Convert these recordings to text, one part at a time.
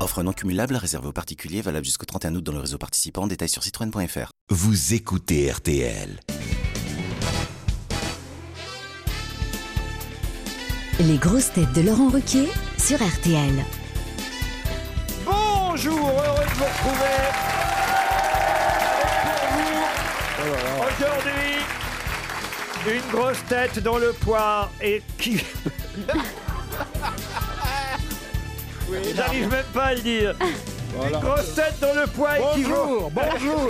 Offre non cumulable réservée aux particuliers valable jusqu'au 31 août dans le réseau participant. Détails sur citroën.fr. Vous écoutez RTL. Les grosses têtes de Laurent Ruquier sur RTL. Bonjour, heureux de vous retrouver. Et pour vous, aujourd'hui, une grosse tête dans le poids et qui. J'arrive même pas à le dire. Une grosse tête dans le poids et qui vaut. Bonjour, bonjour.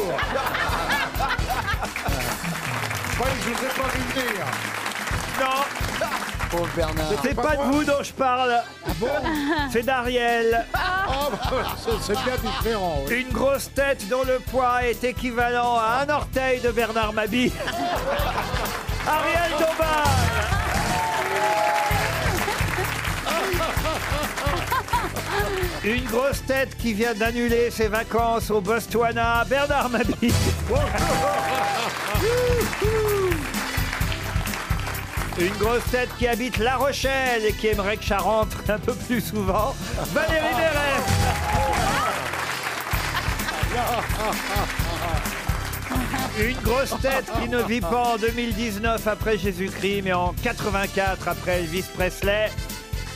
je vous ai pas vu venir. Non. Pauvre Bernard. C'est pas, de vous dont je parle. C'est d'Ariel. Ah, bah, c'est bien différent. Une grosse tête dont le poids est équivalent à un orteil de Bernard Mabie. Ariel Dombard. Une grosse tête qui vient d'annuler ses vacances au Botswana. Bernard Mabie. Une grosse tête qui habite La Rochelle et qui aimerait que ça rentre un peu plus souvent. Valérie Mérès. Une grosse tête qui ne vit pas en 2019 après Jésus-Christ, mais en 84 après Elvis Presley.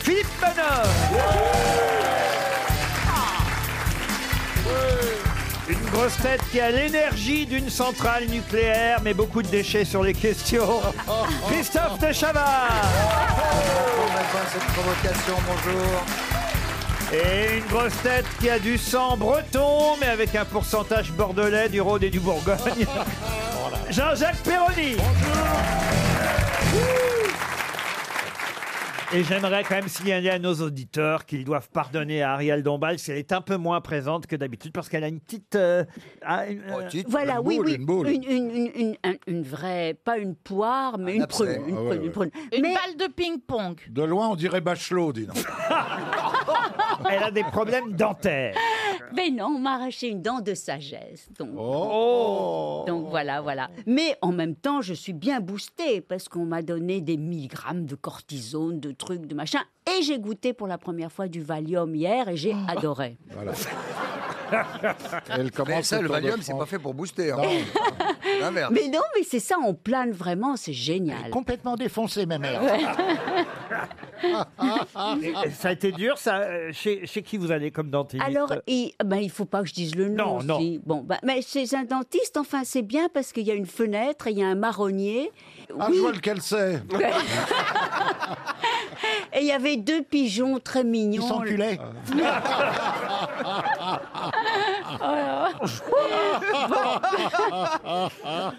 Philippe Manor. Une grosse tête qui a l'énergie d'une centrale nucléaire, mais beaucoup de déchets sur les questions. Christophe de cette provocation, bonjour. Et une grosse tête qui a du sang breton, mais avec un pourcentage bordelais, du Rhône et du Bourgogne. Jean-Jacques Perroni. Et j'aimerais quand même signaler à nos auditeurs qu'ils doivent pardonner à Ariel Dombal si elle est un peu moins présente que d'habitude parce qu'elle a une petite. euh, ah, une, euh, Voilà, oui, oui, une, une- une- une- un- une vraie, pas une poire, mais une abcès. prune, une Ah prune, ouais, ouais. une prune. Une balle de ping-pong. De loin, on dirait Bachelot, dis donc. Elle a des problèmes dentaires. Mais non, on m'a arraché une dent de sagesse. Donc, Oh. donc voilà, voilà. Mais en même temps, je suis bien boostée parce qu'on m'a donné des milligrammes de cortisone, de trucs, de machin. Et j'ai goûté pour la première fois du Valium hier et j'ai Oh. adoré. Voilà. Elle commence ça, le le Tour de Valium, c'est France. pas fait pour booster. hein. L'inverse. Mais non, mais c'est ça, on plane vraiment, c'est génial. Complètement défoncé, ma mère. Ah, Et Ah, ça a été dur, ça. euh, Chez, chez qui vous allez comme dentiste Alors, ah, ben, il ne faut pas que je dise le nom. Non, aussi. Bon, bah, mais chez un dentiste, enfin, c'est bien parce qu'il y a une fenêtre et il y a un marronnier. Ah, Oui. je vois lequel c'est. Et il y avait deux pigeons très mignons. Ils s'enculaient.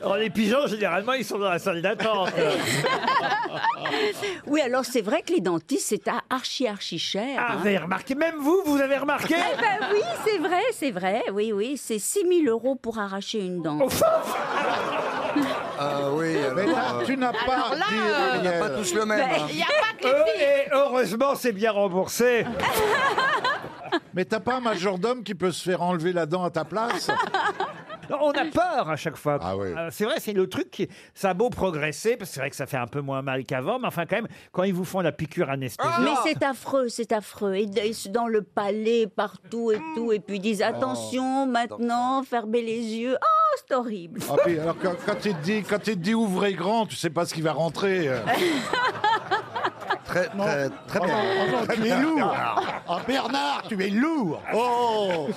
Oh, les pigeons, généralement, ils sont dans la salle d'attente. oui, alors c'est vrai que les dentistes, c'est à- archi, archi cher. Ah, hein. vous avez remarqué, même vous, vous avez remarqué Eh ben oui, c'est vrai, c'est vrai. Oui, oui, c'est 6 000 euros pour arracher une Oh, dent. Ah oui, alors, Mais là, euh, tu n'as pas Alors là, dit, euh, on n'a pas Ariel. tous le même. hein. Il n'y a pas que Euh, les filles. Et heureusement, c'est bien remboursé. Mais t'as pas un majordome qui peut se faire enlever la dent à ta place Non, On a peur à chaque fois. Ah oui. Euh, C'est vrai, c'est le truc qui. Ça a beau progresser, parce que c'est vrai que ça fait un peu moins mal qu'avant, mais enfin, quand même, quand ils vous font la piqûre anesthésique. Ah, Mais c'est affreux, c'est affreux. Et d- et dans le palais, partout et tout. Et puis ils Oh. disent attention, maintenant, fermez les yeux. Oh, c'est horrible. Ah oui, alors quand, quand il te dit, quand il te dit ouvrez grand, tu sais pas ce qui va rentrer. euh. Très, très, très Oh bien. non, oh non, tu es lourd. Ah, Bernard, tu es lourd. Oh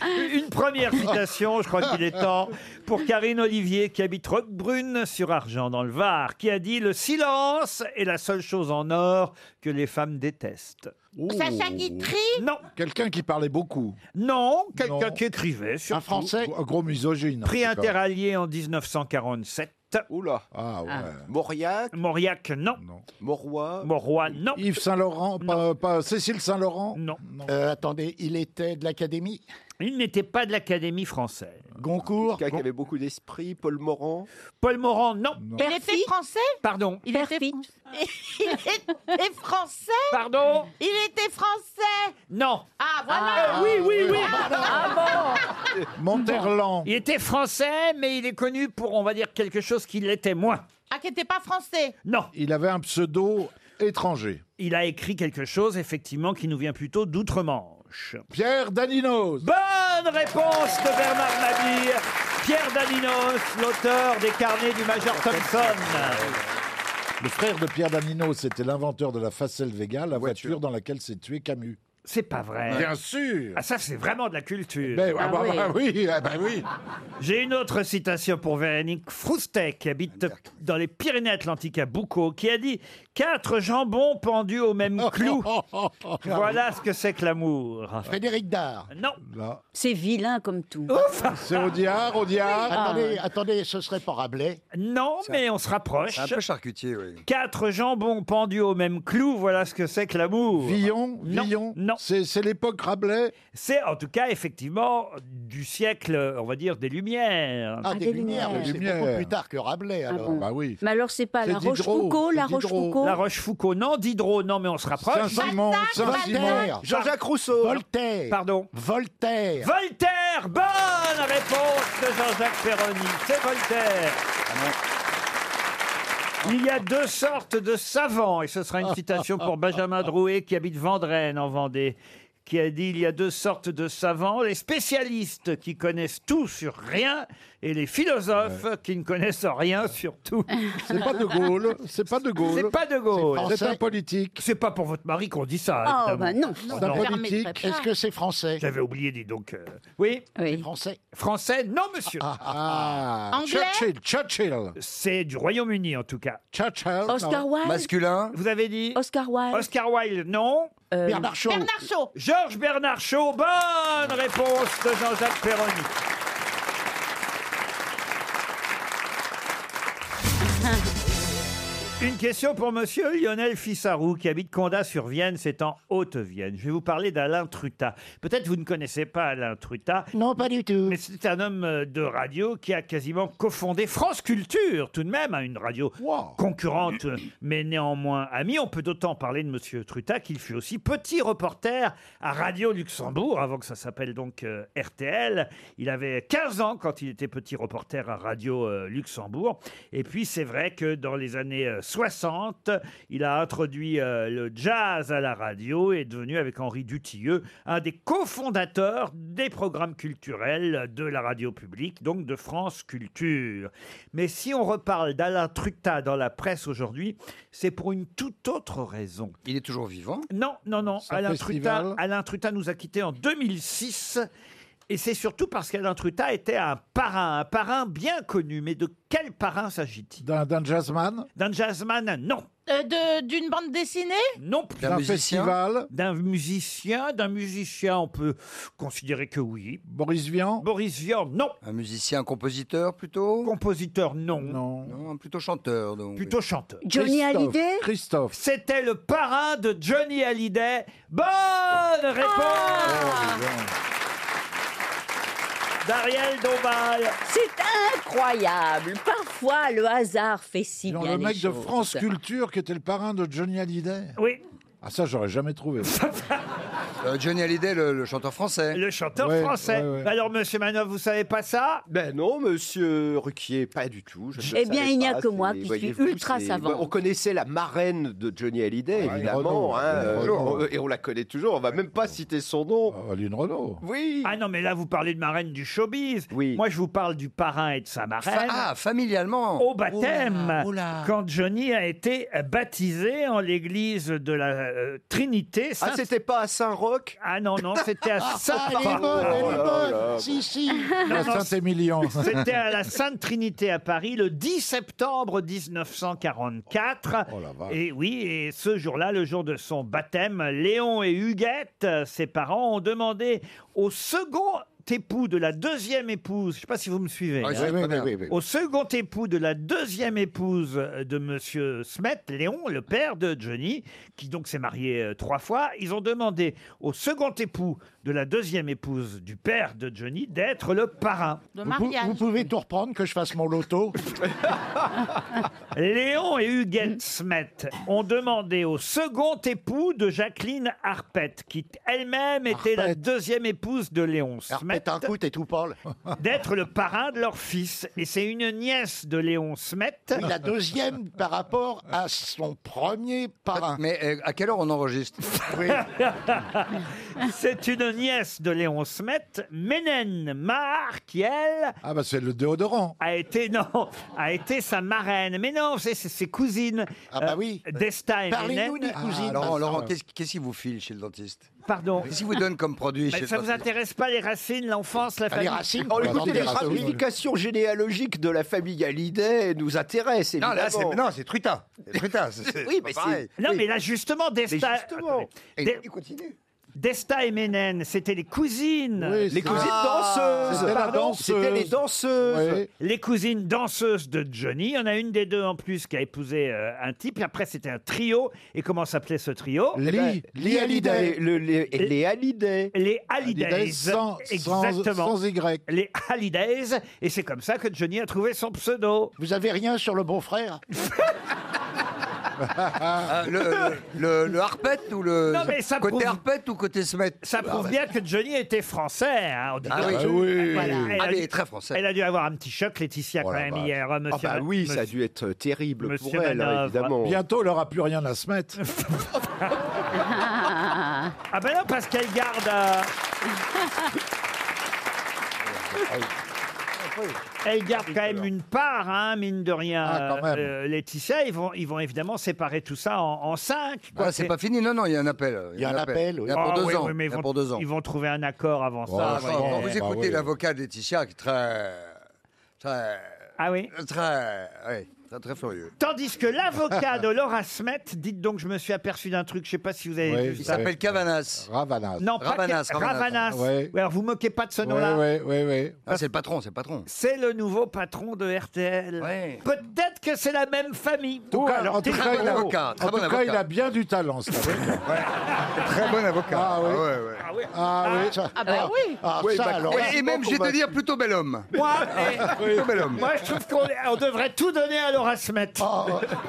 Ah, Une première citation, je crois qu'il est temps, pour Karine Olivier, qui habite Roquebrune sur Argent, dans le Var, qui a dit Le silence est la seule chose en or que les femmes détestent. Sacha Guitry. Non, Quelqu'un qui parlait beaucoup. non, quelqu'un Non. qui écrivait sur Un Français. Un gros misogyne. hein, Prix en tout cas. interallié en 1947. Oula. Ah ouais. Mauriac, Mauriac, non. Non. Morois. Morois, non. Yves Saint-Laurent, pas, pas Cécile Saint-Laurent Non. Euh, attendez, il était de l'académie. Il n'était pas de l'Académie française. Goncourt. Quelqu'un qui avait beaucoup d'esprit. Paul Morand. Paul Morand, non. Il était français Pardon. Il était, il était français Pardon Il était français Non. Ah, voilà Ah, oui, oui, oui. Ah, Monterland. Il était français, mais il est connu pour, on va dire, quelque chose qui l'était moins. Ah, qui n'était pas français Non. Il avait un pseudo étranger. Il a écrit quelque chose, effectivement, qui nous vient plutôt d'outre-Manche. Pierre Daninos. Bonne réponse de Bernard Mabir. Pierre Daninos, l'auteur des carnets du Major Thompson. Le frère de Pierre Daninos, c'était l'inventeur de la Facelle Vega, la voiture, dans laquelle s'est tué Camus. C'est pas vrai. Bien sûr. Ah, ça, c'est vraiment de la culture. Ben, ah, Ah bah, oui. bah oui, ah, bah oui. J'ai une autre citation pour Véronique Froustet, qui habite dans les Pyrénées-Atlantiques à Boucau, qui a dit Quatre jambons pendus au même clou. voilà ce que c'est que l'amour. Ah. Frédéric Dard. Non. C'est vilain comme tout. C'est Audiard, Audiard. Attendez, Ah. attendez, ce serait pas Rabelais. Non, mais on se rapproche. c'est un peu charcutier, oui. Quatre jambons pendus au même clou, voilà ce que c'est que l'amour. Villon Villon Non. C'est l'époque Rabelais C'est en tout cas, effectivement, du siècle, on va dire, des Lumières. Ah, des, Lumières, oui, c'est beaucoup plus tard que Rabelais, alors. Bah oui. Mais alors, c'est pas C'est la Diderot, Rochefoucauld, la c'est Diderot. Rochefoucauld. La Rochefoucauld, non, Diderot, non, mais on se rapproche. Saint-Simon, Balzac, Saint-Simon. Balzac. Jean-Jacques Rousseau. Voltaire. Pardon. Voltaire. Voltaire, bonne réponse de Jean-Jacques Ferroni. C'est Voltaire. Il y a deux sortes de savants, et ce sera une citation pour Benjamin Drouet qui habite Vendrenne en Vendée, qui a dit il y a deux sortes de savants, les spécialistes qui connaissent tout sur rien et les philosophes qui ne connaissent rien sur tout. C'est pas De Gaulle, c'est pas De Gaulle. C'est pas De Gaulle. C'est un politique. C'est pas pour votre mari qu'on dit ça. Ah, évidemment. bah non, non. C'est un Ça politique. permettrait pas. Est-ce que c'est français J'avais oublié, dis donc. euh, Oui. Français. Français Non, monsieur. Anglais Churchill, Churchill. C'est du Royaume-Uni, en tout cas. Churchill. Oscar non. Wilde Masculin. Vous avez dit Oscar Wilde. Oscar Wilde, non. Bernard Shaw. Bernard Shaw. Georges Bernard Shaw. Bonne réponse de Jean-Jacques Ferroni. Une question pour monsieur Lionel Fissarou qui habite Condat-sur-Vienne, c'est en Haute-Vienne. Je vais vous parler d'Alain Truta. Peut-être vous ne connaissez pas Alain Truta. Non, pas du tout. Mais c'est un homme euh, de radio qui a quasiment cofondé France Culture, tout de même, à une radio concurrente, euh, mais néanmoins amie. On peut d'autant parler de monsieur Truta qu'il fut aussi petit reporter à Radio Luxembourg, avant que ça s'appelle donc euh, RTL. Il avait 15 ans quand il était petit reporter à Radio euh, Luxembourg. Et puis c'est vrai que dans les années euh, 60, il a introduit euh, le jazz à la radio et est devenu avec Henri Dutilleux un des cofondateurs des programmes culturels de la radio publique, donc de France Culture. Mais si on reparle d'Alain Tructa dans la presse aujourd'hui, c'est pour une toute autre raison. Il est toujours vivant Non, non, non. C'est un Alain festival Tructa, Alain Trutat nous a quittés en 2006. Et c'est surtout parce qu'Alain Trutat était un parrain, un parrain bien connu. Mais de quel parrain s'agit-il D'un jazzman D'un jazzman, non. Euh, de- D'une bande dessinée Non plus. D'un D'un musicien festival D'un musicien, d'un musicien, on peut considérer que oui. Boris Vian Boris Vian, non. Un musicien, compositeur plutôt Compositeur, non. Non, plutôt chanteur. Donc, plutôt chanteur. Johnny Christophe. Hallyday Christophe. C'était le parrain de Johnny Hallyday. Bonne réponse D'Ariel Dombal. C'est incroyable. Parfois, le hasard fait si Genre bien le les mec de choses. France Culture qui était le parrain de Johnny Hallyday. Oui. Ah ça, j'aurais jamais trouvé. Euh, Johnny Hallyday, le, le chanteur français. Le chanteur français. Alors, monsieur Manoff, vous savez pas ça Ben non, monsieur Ruquier, pas du tout. je ne Eh bien, savais il n'y a pas, que c'est- moi qui suis voyez-vous, ultra c'est- savante. On connaissait la marraine de Johnny Ah, Hallyday, Aline évidemment. Renaud, hein, Aline euh, Renaud. on- et on la connaît toujours, on va même pas citer son nom. Ah, Aline Renault. Oui. Ah non, mais là, vous parlez de marraine du showbiz. Moi, je vous parle du parrain et de sa marraine. Fa- ah, familialement. Au baptême, Oh là, oh là. quand Johnny a été baptisé en l'église de la euh, Trinité. Ah, c'était pas à Saint-Roch Oh Ah non, non, c'était à Ah, elle est Saint-Roch. bonne, elle est bonne. Si, si. La non, Saint-Émilion. C'était à la Sainte Trinité à Paris le 10 septembre 1944. Oh, et oui, et ce jour-là, le jour de son baptême, Léon et Huguette, euh, ses parents, ont demandé au second époux de la deuxième épouse, je ne sais pas si vous me suivez, hein. Ah, je sais Oui, très oui, bien. oui, oui, oui. au second époux de la deuxième épouse de Monsieur Smet, Léon, le père de Johnny, qui donc s'est marié euh, trois fois, ils ont demandé au second époux de la deuxième épouse du père de Johnny d'être le parrain. De Vous pou- mariage. vous pouvez tout reprendre que je fasse mon loto Léon et Huguette Smet ont demandé au second époux de Jacqueline Arpette, qui elle-même était la deuxième épouse de Léon Smet, tout d'être le parrain de leur fils. Et c'est une nièce de Léon Smet. Oui, la deuxième par rapport à son premier parrain. Mais euh, à quelle heure on enregistre c'est une nièce de Léon Smet, Ménène Mar, qui elle. Ah, bah c'est le déodorant. A été, non, a été sa marraine. Mais non, c'est c'est ses cousines. Ah, bah oui. Desta et Ménène. Ah, Laurent, Laurent, qu'est-ce qu'est-ce qu'il vous file chez le dentiste Pardon. Qu'est-ce qu'il vous donne comme produit Mais chez ça le vous dentiste intéresse pas les racines, l'enfance, la Ah, les famille racines, Oh, on va écoutez, attendre les les racines. ramifications généalogiques de la famille Hallyday nous intéressent. Non, là, c'est- évidemment. non, c'est Truta. C'est Truta, c'est- c'est Oui, pas mais pareil. c'est. Non, oui. mais là, justement, Desta. Mais justement. Attendez. Eh, Des- Desta et Ménène, c'était les cousines. Oui, Les c'est- cousines Ah, danseuses. c'était la Pardon, C'était les danseuses. Oui. Les cousines danseuses de Johnny. Il y en a une des deux en plus qui a épousé euh, un type. Et après, c'était un trio. Et comment s'appelait ce trio Eh Eh ben, Lee. ben, Lee Hallyday. Le- le- les- les Hallidays. Les Hallidays. Hallidays sans- sans- Exactement. sans Y. Les Hallidays. Et c'est comme ça que Johnny a trouvé son pseudo. Vous avez rien sur le bon frère Ah, le, le, le- le Harpette ou le. Non, mais ça côté prouve- Harpette ou côté Smet Ça prouve bien que Johnny était français. hein, on dit Ah donc. oui. Elle Ah oui. Ah, a dû- mais elle est très Oh française. Elle a dû avoir un petit choc, Laetitia, quand même, hier. hein, Monsieur, ah bah oui, ça a monsieur- dû être terrible Monsieur pour hein, elle, Manœuvre. évidemment. Bientôt, il n'aura plus rien à se mettre. Ah ben non, parce qu'elle garde... euh, Elle garde quand même une part, hein, mine de rien. Ah, quand même. euh, Laetitia, ils vont, ils vont évidemment séparer tout ça en, en cinq. quoi. Ah, c'est pas fini, non, non, il y a un appel. Il y a pour Ah deux oui, ans. oui, mais Il ils y a vont, pour deux ans. Ils vont trouver un accord avant Oh, ça. bah attends, voyez. quand vous écoutez l'avocat de Laetitia, qui est très. très. Ah oui Très. Oui, très, très furieux. Tandis que l'avocat de Laura Smet, dites donc, je me suis aperçu d'un truc, je sais pas si vous avez Oui, vu il ça. s'appelle Cavanas. Ravanas. Non, pas Ravanas, Ca- Ravanas. Ravanas. Ouais. Ouais, alors vous moquez pas de ce Ouais, nom-là. ouais, Oui, oui. Ah, c'est le patron, c'est le patron. C'est le nouveau patron de RTL. Peut-être que c'est la même famille. En tout cas, en tout cas, il a- en tout cas, il a bien du talent, cet avocat. Très bon avocat. Ah oui. Ah oui. Ah, oui. ça- bah ah, ah, ça, alors, là, bah, et, et même, je vais te dire, plutôt bel homme. Moi, plutôt bel homme. moi, je trouve qu'on on devrait tout donner à Laura Smet.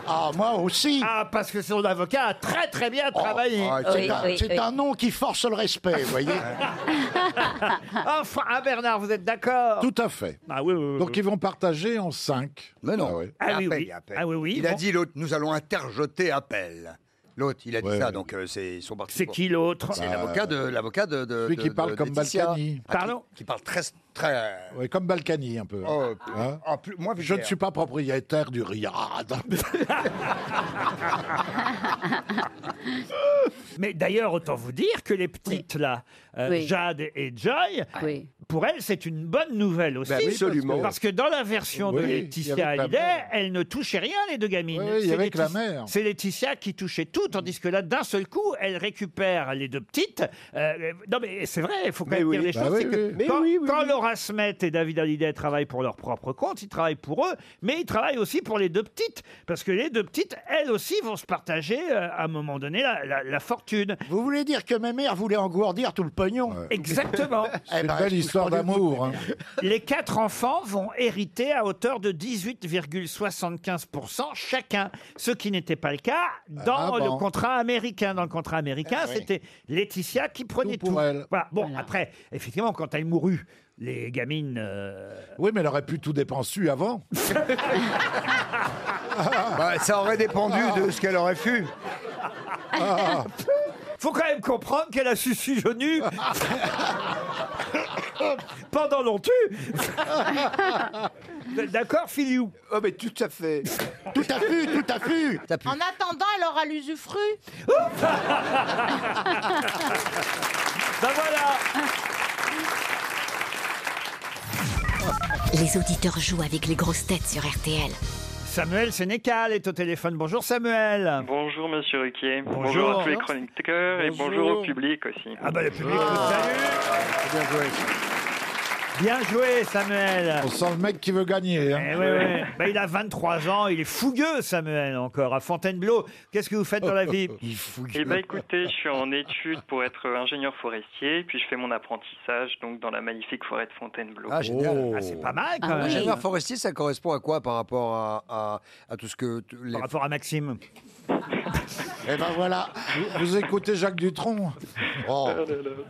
Ah, moi aussi. Ah, parce que son avocat a très très bien travaillé. ah, c'est un- c'est un nom qui force le respect, vous voyez. Enfin, ah, Bernard, vous êtes d'accord Tout à fait. Ah oui, oui, oui. Donc ils vont partager en cinq. Mais non. Ah ouais. Ah oui, oui. Ah oui, oui. Il a Bon. dit l'autre, nous allons interjeter appel. L'autre, il a dit ça, donc euh, c'est ils sont partis. C'est pour- qui l'autre C'est Bah, l'avocat de l'avocat de, de- Euh, celui de- qui de parle comme Laetitia. Balkany. Ah, qui- Pardon Qui parle très très. Ouais, comme Balkany un peu. Oh, Hein en plus- moi, Eh je ne vulgaire. suis pas propriétaire du Riyad. Mais d'ailleurs, autant vous dire que les petites là, euh, Oui. Jade et Joy, Oui. pour elles, c'est une bonne nouvelle aussi. Ben oui, absolument. Parce que dans la version de Oui, Laetitia il y avait la Hallyday, mère. elles ne touchaient rien, les deux gamines. Oui, il y C'est avait que la Laetitia- mère. C'est Laetitia qui touchait tout, tandis que là, d'un seul coup, elle récupère les deux petites. Euh, non, mais c'est vrai, il faut quand Mais même oui. dire les Bah choses. oui, c'est que oui. Mais Quand, oui, oui, quand oui. Laura Smet et David Hallyday travaillent pour leur propre compte, ils travaillent pour eux, mais ils travaillent aussi pour les deux petites, parce que les deux petites, elles aussi, vont se partager euh, à un moment donné la, la- la fortune. Vous voulez dire que ma mère voulait engourdir tout le pognon Exactement. C'est Eh ben, une belle je- histoire je- d'amour, hein. Les quatre enfants vont hériter à hauteur de 18,75% chacun, ce qui n'était pas le cas dans Ah bon. le contrat américain. Dans le contrat américain, Ah oui. c'était Laetitia qui prenait tout. Voilà. Bon, après, effectivement, quand elle mourut, les gamines. euh, Oui, mais elle aurait pu tout dépenser avant. Bah, ça aurait dépendu de ce qu'elle aurait fu. Faut quand même comprendre qu'elle a suci Jonu pendant longtemps. D'accord, Philiou Oh, mais tout à fait. Tout à fait, tout à fait. En attendant, elle aura l'usufruit. Ben voilà Les auditeurs jouent avec les grosses têtes sur RTL. Samuel Sénécal est au téléphone. Bonjour Samuel. Bonjour Monsieur Ruquier, bonjour, Bonjour. à tous les chroniqueurs et Bonjour. bah, bonjour au public aussi. Ah bah le public vous salue. Bien joué, Samuel. On sent le mec qui veut gagner. hein. Eh ouais, ouais. Bah, il a 23 ans, il est fougueux, Samuel, encore. À Fontainebleau, qu'est-ce que vous faites dans la vie Il Eh ben écoutez, je suis en études pour être ingénieur forestier, puis je fais mon apprentissage donc dans la magnifique forêt de Fontainebleau. Ah, génial. Ah, c'est pas mal, quand Ah, même. oui. Ingénieur forestier, ça correspond à quoi par rapport à, à, à tout ce que. t- Les... Par rapport à Maxime Eh ben voilà, vous, vous écoutez Jacques Dutronc. Oh.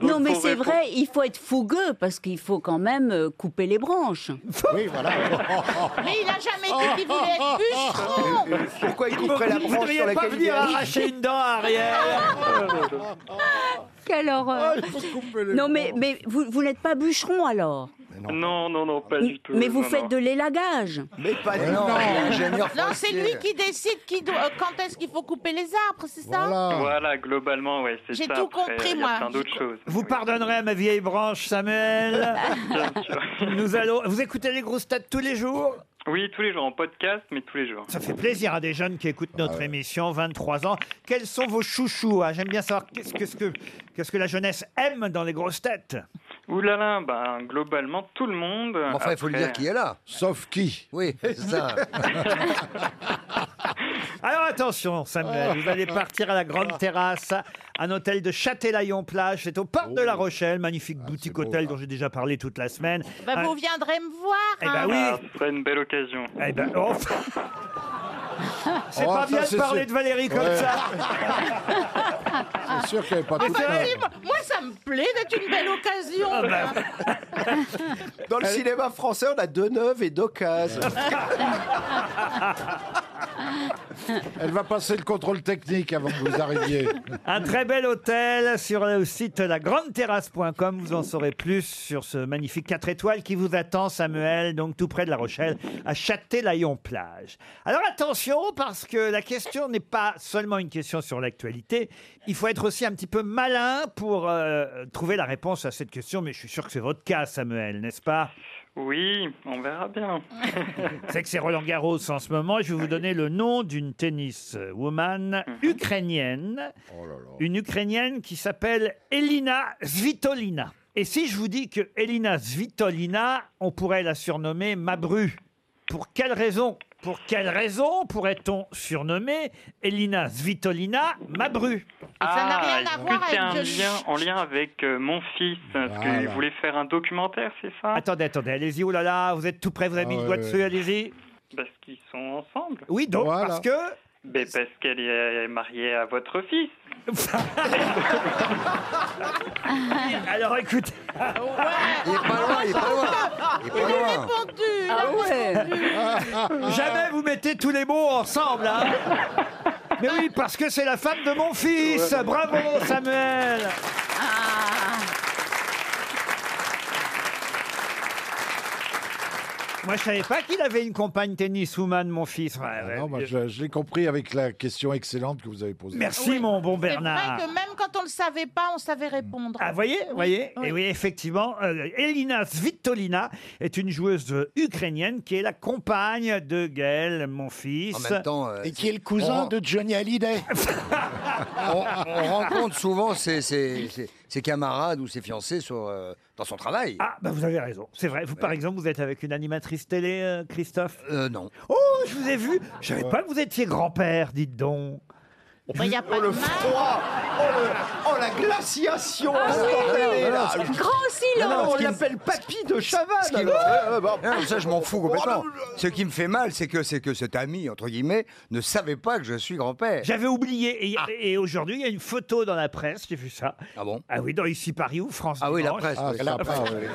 Non, mais c'est vrai, il faut être fougueux parce qu'il faut quand même euh, couper les branches. Oui, voilà. Mais il a jamais dit qu'il voulait être bûcheron Pourquoi il couperait Vous la ne branche voudriez sur pas laquelle il venir est arracher une dent à Ariel Quelle Ah, horreur Non, mais, mais vous, vous n'êtes pas bûcheron alors Non, non, non, pas du tout. Mais vous Euh, non, faites non. de l'élagage Mais pas du tout, il est ingénieur Non, c'est forestier. lui qui décide qui doit- euh, quand est-ce qu'il faut couper les arbres, c'est ça Voilà, globalement, ouais, Ah. c'est J'ai ça. tout Après, compris, il y moi. a plein d'autres choses. Vous pardonnerez à ma vieille branche, Samuel Nous allons. Vous écoutez les grosses têtes tous les jours Oui, tous les jours en podcast, mais tous les jours. Ça fait plaisir à des jeunes qui écoutent Ah notre émission, 23 ans. Quels sont vos chouchous hein J'aime bien savoir qu'est-ce qu'est-ce que, qu'est-ce que la jeunesse aime dans les grosses têtes. Ouh là là, ben, globalement, tout le monde. Enfin, il faut lui hein, Après- dire qui est là. Sauf qui Oui, c'est ça. Alors attention, Samuel, vous allez partir à la grande terrasse, un hôtel de Châtelaillon-Plage. C'est aux portes de La Rochelle, magnifique boutique hôtel dont j'ai déjà parlé toute la semaine. Euh, Bah, Un- vous viendrez me voir. Ah. Eh ben hein. oui. Ah, ce serait une belle occasion. Eh ben, oh, c'est Oh, pas ça, bien de c'est parler sûr. de Valérie comme Ouais. ça. C'est sûr qu'il n'y avait pas Ah, tout bah, ça. si, moi- moi, ça me plaît d'être une belle occasion. Ah bah Dans le cinéma français, on a Deneuve et Docaz. Elle va passer le contrôle technique avant que vous arriviez. Un très bel hôtel sur le site lagrandeterrasse.com. Vous en saurez plus sur ce magnifique 4 étoiles qui vous attend, Samuel, donc tout près de La Rochelle, à Châtelaillon-Plage. Alors attention, parce que la question n'est pas seulement une question sur l'actualité. Il faut être aussi un petit peu malin pour euh, trouver la réponse à cette question, mais je suis sûr que c'est votre cas, Samuel, n'est-ce pas Oui, on verra bien. c'est que c'est Roland Garros en ce moment. Je vais vous donner le nom d'une tenniswoman Mhm. ukrainienne. Une ukrainienne qui s'appelle Elina Svitolina. Et si je vous dis que Elina Svitolina, on pourrait la surnommer Mabru. Pour quelle raison Pour quelle raison pourrait-on surnommer Elina Svitolina Mabru Ça n'a rien à Ah, est-ce voir que c'est un avec le- lien, en lien avec euh, mon fils Parce qu'il Voilà. voulait faire un documentaire, c'est ça Attendez, attendez, allez-y, oh là là, vous êtes tout prêt, vous avez mis le ouais, doigt ouais. dessus, allez-y. Parce qu'ils sont ensemble. Oui, donc, parce que... Ben, parce qu'elle est mariée à votre fils. Alors écoutez... Il est pas loin, il est pas loin. Il est pas Il a loin. répondu. il a répondu. Jamais vous mettez tous les mots ensemble, hein Mais oui, parce que c'est la femme de mon fils Bravo, Samuel Ah. Moi, je savais pas qu'il avait une compagne tenniswoman, mon fils. Ouais, ouais. Ah Non, moi, je, je l'ai compris avec la question excellente que vous avez posée. Merci, mon bon C'est vrai Bernard que même quand on le savait pas, on savait répondre. Ah, voyez, voyez, Oui. et oui, effectivement, euh, Elina Svitolina est une joueuse euh, ukrainienne qui est la compagne de Gaël, mon fils. En même temps, euh, Et qui est le cousin on- de Johnny Hallyday. on, on rencontre souvent ses, ses- ses- ses camarades ou ses fiancés sur, euh, dans son travail. Ah, bah vous avez raison, c'est vrai. Vous, par exemple, vous êtes avec une animatrice télé, euh, Christophe Euh, non. Oh, je vous ai vu Je savais pas que vous étiez grand-père, dites donc Bah, y a pas de mal. Oh, la glaciation Ah, Ah instantanée, là. Grand silence on l'appelle papy de Chavannes Non, Ah, ça, je m'en fous Oh, complètement. Ce qui me fait mal, c'est que, c'est que cet ami, entre guillemets, ne savait pas que je suis grand-père. J'avais oublié, et, et aujourd'hui, il y a une photo dans la presse, j'ai vu ça. Ah bon Ah oui, dans Ici Paris ou France Ah oui, la Dimanche. presse. oui, sympa, la presse, ouais. oui.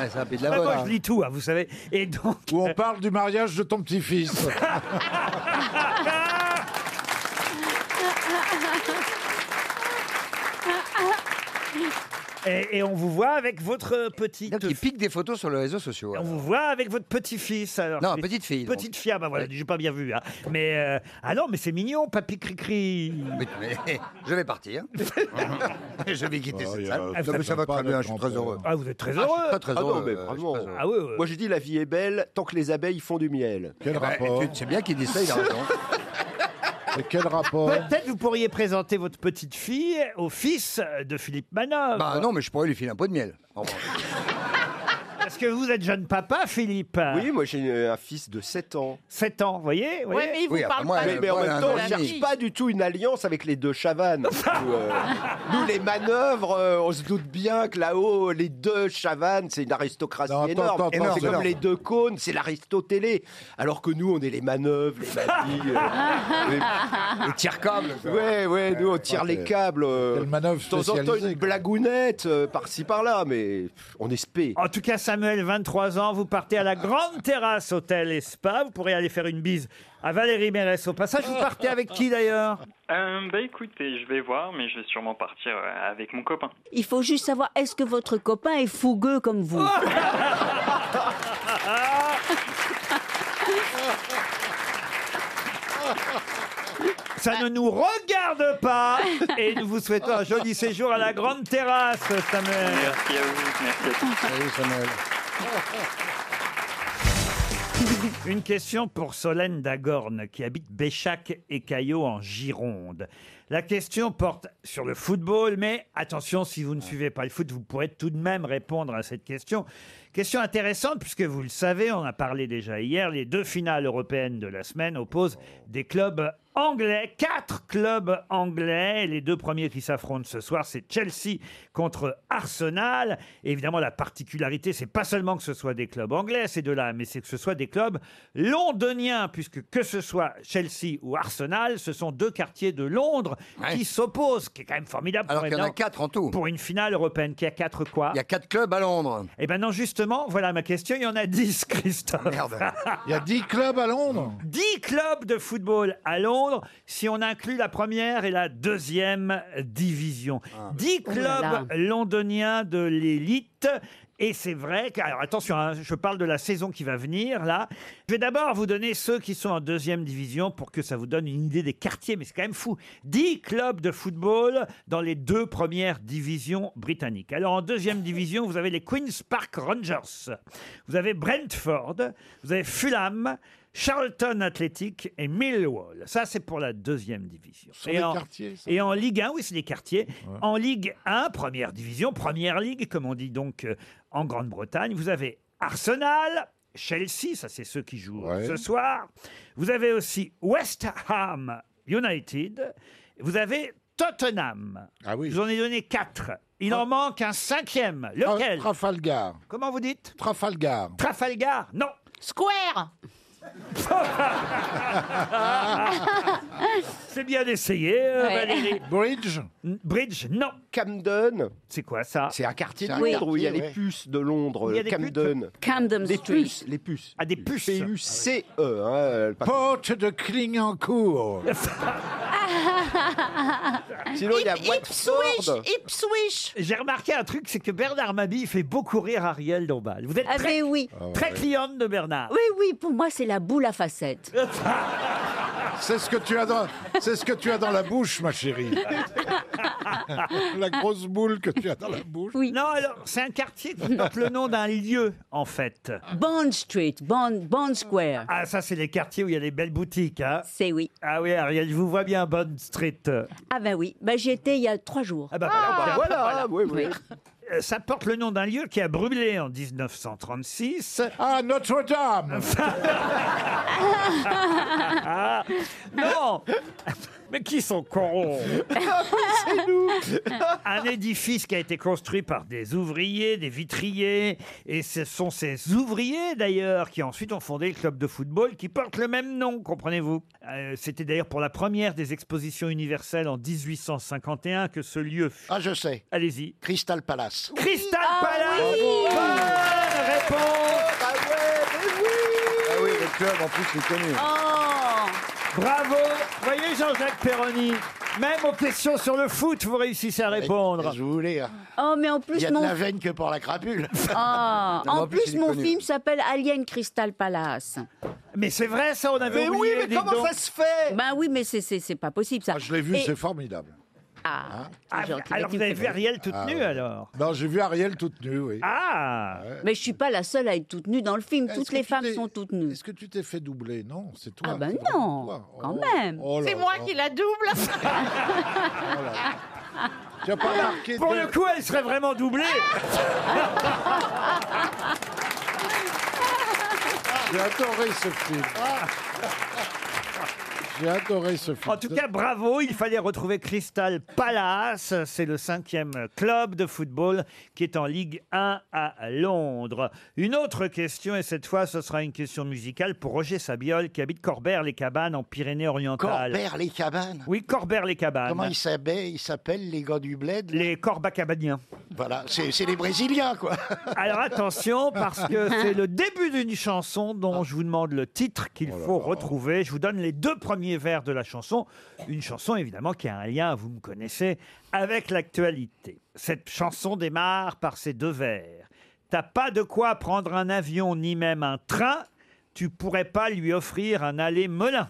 Ah, ça a fait de la Bah, bonne. moi, je lis tout, hein, vous savez. Et donc... Où on parle du mariage de ton petit-fils. Et, et on vous voit avec votre petite. Donc, il pique des photos sur les réseaux sociaux. hein. On vous voit avec votre petit-fils. alors. Non, C'est- petite fille, donc. Petite fille, ah bah voilà, j'ai pas bien vu. hein. Mais euh, ah non, mais c'est mignon, papy Cricri. Mais, mais, je vais partir. je vais quitter cette salle. Ah, vous Non, mais ça va très bien, je suis très heureux. Ah, vous êtes très Ah, je heureux. suis très, très Ah non, heureux, mais euh, je suis vraiment. très heureux. Ah oui, oui. Moi, j'ai dit la vie est belle tant que les abeilles font du miel. Quel Bah, rapport tu- C'est bien qu'il dise ça, il a raison. Et Quel rapport Peut-être vous pourriez présenter votre petite fille au fils de Philippe Manov. Bah non, mais je pourrais lui filer un pot de miel. En vrai. Parce que vous êtes jeune papa, Philippe. Oui, moi j'ai euh, un fils de 7 ans. 7 ans, vous voyez, Ouais, vous voyez mais il vous Oui, parle enfin, moi, pas Mais, de- mais en moi, même un temps, on ami. ne cherche pas du tout une alliance avec les deux chavannes. nous, euh, nous, les manœuvres, euh, on se doute bien que là-haut, les deux chavannes, c'est une aristocratie attends, énorme. attends, attends, c'est comme énorme. les deux cônes, c'est l'aristotélé. Alors que nous, on est les manœuvres, les mamies. euh, Ah. les, câbles. Ouais, ouais, nous, on tire Ouais, les mais- câbles. euh, Ah, Quelle manœuvre De temps en temps, spécialisée, une blagounette euh, par-ci, par-là, mais pff, on est spé. En tout cas, Samuel, 23 ans, vous partez à la grande terrasse Hôtel et Spa. Vous pourrez aller faire une bise à Valérie Mérès au passage. Vous partez avec qui d'ailleurs Euh, bah écoutez, je vais voir, mais je vais sûrement partir euh, avec mon copain. Il faut juste savoir, est-ce que votre copain est fougueux comme vous Ça ne nous regarde pas Et nous vous souhaitons un joli séjour à la grande terrasse, Samuel. Merci à vous, merci à tous. Une question pour Solène Dagorne qui habite Béchac et Caillot en Gironde. La question porte sur le football, mais attention, si vous ne suivez pas le foot, vous pourrez tout de même répondre à cette question. Question intéressante puisque vous le savez, on a parlé déjà hier, les deux finales européennes de la semaine opposent des clubs anglais, quatre clubs anglais. Les deux premiers qui s'affrontent ce soir, c'est Chelsea contre Arsenal. Et évidemment, la particularité, c'est pas seulement que ce soit des clubs anglais, c'est de là, mais c'est que ce soit des clubs londoniens, puisque que ce soit Chelsea ou Arsenal, ce sont deux quartiers de Londres qui s'opposent, ce qui est quand même formidable. Alors pour qu'il y en a évidemment- quatre en tout. Pour une finale européenne qui a quatre quoi Il y a quatre clubs à Londres. Eh ben non, justement, voilà ma question, il y en a 10, Christophe. Merde. Il y a 10 clubs à Londres 10 clubs de football à Londres, si on inclut la première et la deuxième division. Ah. 10 Oh là là. clubs londoniens de l'élite. Et c'est vrai que, alors attention, hein, je parle de la saison qui va venir là. Je vais d'abord vous donner ceux qui sont en deuxième division pour que ça vous donne une idée des quartiers, mais c'est quand même fou. 10 clubs de football dans les deux premières divisions britanniques. Alors en deuxième division, vous avez les Queen's Park Rangers, vous avez Brentford, vous avez Fulham, Charlton Athletic et Millwall. Ça, c'est pour la deuxième division. Ce sont des en, quartiers, ça. et en Ligue 1, oui, c'est des quartiers. En Ligue 1, première division, première ligue, comme on dit donc euh, en Grande-Bretagne, vous avez Arsenal, Chelsea, ça c'est ceux qui jouent euh, Ouais. ce soir. Vous avez aussi West Ham United. Vous avez Tottenham. Ah oui. Je vous en ai donné quatre. Il en manque un cinquième. Lequel Tra- Trafalgar. Comment vous dites Trafalgar. Trafalgar Non. Square C'est bien essayé, euh, Ouais. Valérie. Bridge. Bridge, non. Camden, C'est quoi ça c'est un quartier de C'est un Londres où il y a les quartier, ouais. puces de Londres, Il y a des Camden. Camden Les Street. puces, les puces. Ah, des puces. Ah, P-U-C-E. hein, euh, pas- Porte de Clignancourt. Ah. Sinon, il y a Ip- Ipswich Watford. Ipswich J'ai remarqué un truc, c'est que Bernard Mabille fait beaucoup rire Ariel Dombal. Vous êtes Ah très, ben oui. très cliente de Bernard. Oui, oui, pour moi, c'est la boule à facettes. C'est ce que tu as dans, c'est ce que tu as dans la bouche, ma chérie. la grosse boule que tu as dans la bouche. Oui. Non, alors, c'est un quartier qui porte le nom d'un lieu, en fait. Bond Street, Bond, Bond Square. Ah, ça, c'est les quartiers où il y a les belles boutiques, hein C'est oui. Ah oui, Ariel, je vous vois bien, Bond Street. Ah ben oui, ben, j'y étais il y a trois jours. Ah bah, Ah, voilà. voilà, oui, oui. Euh, Ça porte le nom d'un lieu qui a brûlé en 1936. Ah, Notre-Dame Non Mais qui sont cons C'est nous. Un édifice qui a été construit par des ouvriers, des vitriers, et ce sont ces ouvriers d'ailleurs qui ensuite ont fondé le club de football qui porte le même nom, comprenez-vous Euh, C'était d'ailleurs pour la première des expositions universelles en 1851 que ce lieu fut. Ah, je sais. Allez-y. Crystal Palace. Crystal Ah Palace oui Bonne réponse Ah ouais, mais oui. Ah oui, les clubs en plus, c'est connu. Oh Bravo Voyez Jean-Jacques Perroni même aux questions sur le foot, vous réussissez à répondre. Je voulais. Oh, mais en Il y plus, a de mon, la veine que pour la crapule. Ah, Non, mais en en plus, plus, il est mon connu. film s'appelle Alien Crystal Palace. Mais c'est vrai, ça, on avait Mais oui, oublié. mais dites comment donc. ça se fait Ben oui, mais c'est- c'est c'est pas possible, ça. Ah, Je l'ai vu, Et- c'est formidable. Ah, Ah, c'est gentil, alors mais tu vous avez me vu fais Ariel toute Ah, nue, ouais. alors Non, j'ai vu Ariel toute nue, oui. Ah rire. Mais je suis pas la seule à être toute nue dans le film. Euh, Est-ce Toutes que les tu femmes t'es- sont toutes nues. Est-ce que tu t'es fait doubler Non, c'est toi. Ah ben c'est vraiment non, toi. quand même. C'est Oh là moi là. qui la double Euh, Tu as pas marqué Pour de- Ah. Oh le coup, elle serait vraiment doublée J'ai adoré ce film. J'ai adoré ce film. En tout cas, bravo, il fallait retrouver Crystal Palace. C'est le cinquième club de football qui est en Ligue 1 à Londres. Une autre question, et cette fois, ce sera une question musicale pour Roger Sabiol qui habite Corbert-les-Cabanes en Pyrénées-Orientales. Corbert-les-Cabanes Oui, Corbert-les-Cabanes. Comment ils s'appellent, ils s'appellent, les gars du bled là Les Corbacabaniens. Voilà, c'est c'est les Brésiliens, quoi. Alors attention, parce que c'est le début d'une chanson dont je vous demande le titre qu'il Oh faut retrouver. Je vous donne les deux premiers vers de la chanson. Une chanson, évidemment, qui a un lien, vous me connaissez, avec l'actualité. Cette chanson démarre par ces deux vers. T'as pas de quoi prendre un avion ni même un train, tu pourrais pas lui offrir un aller melin.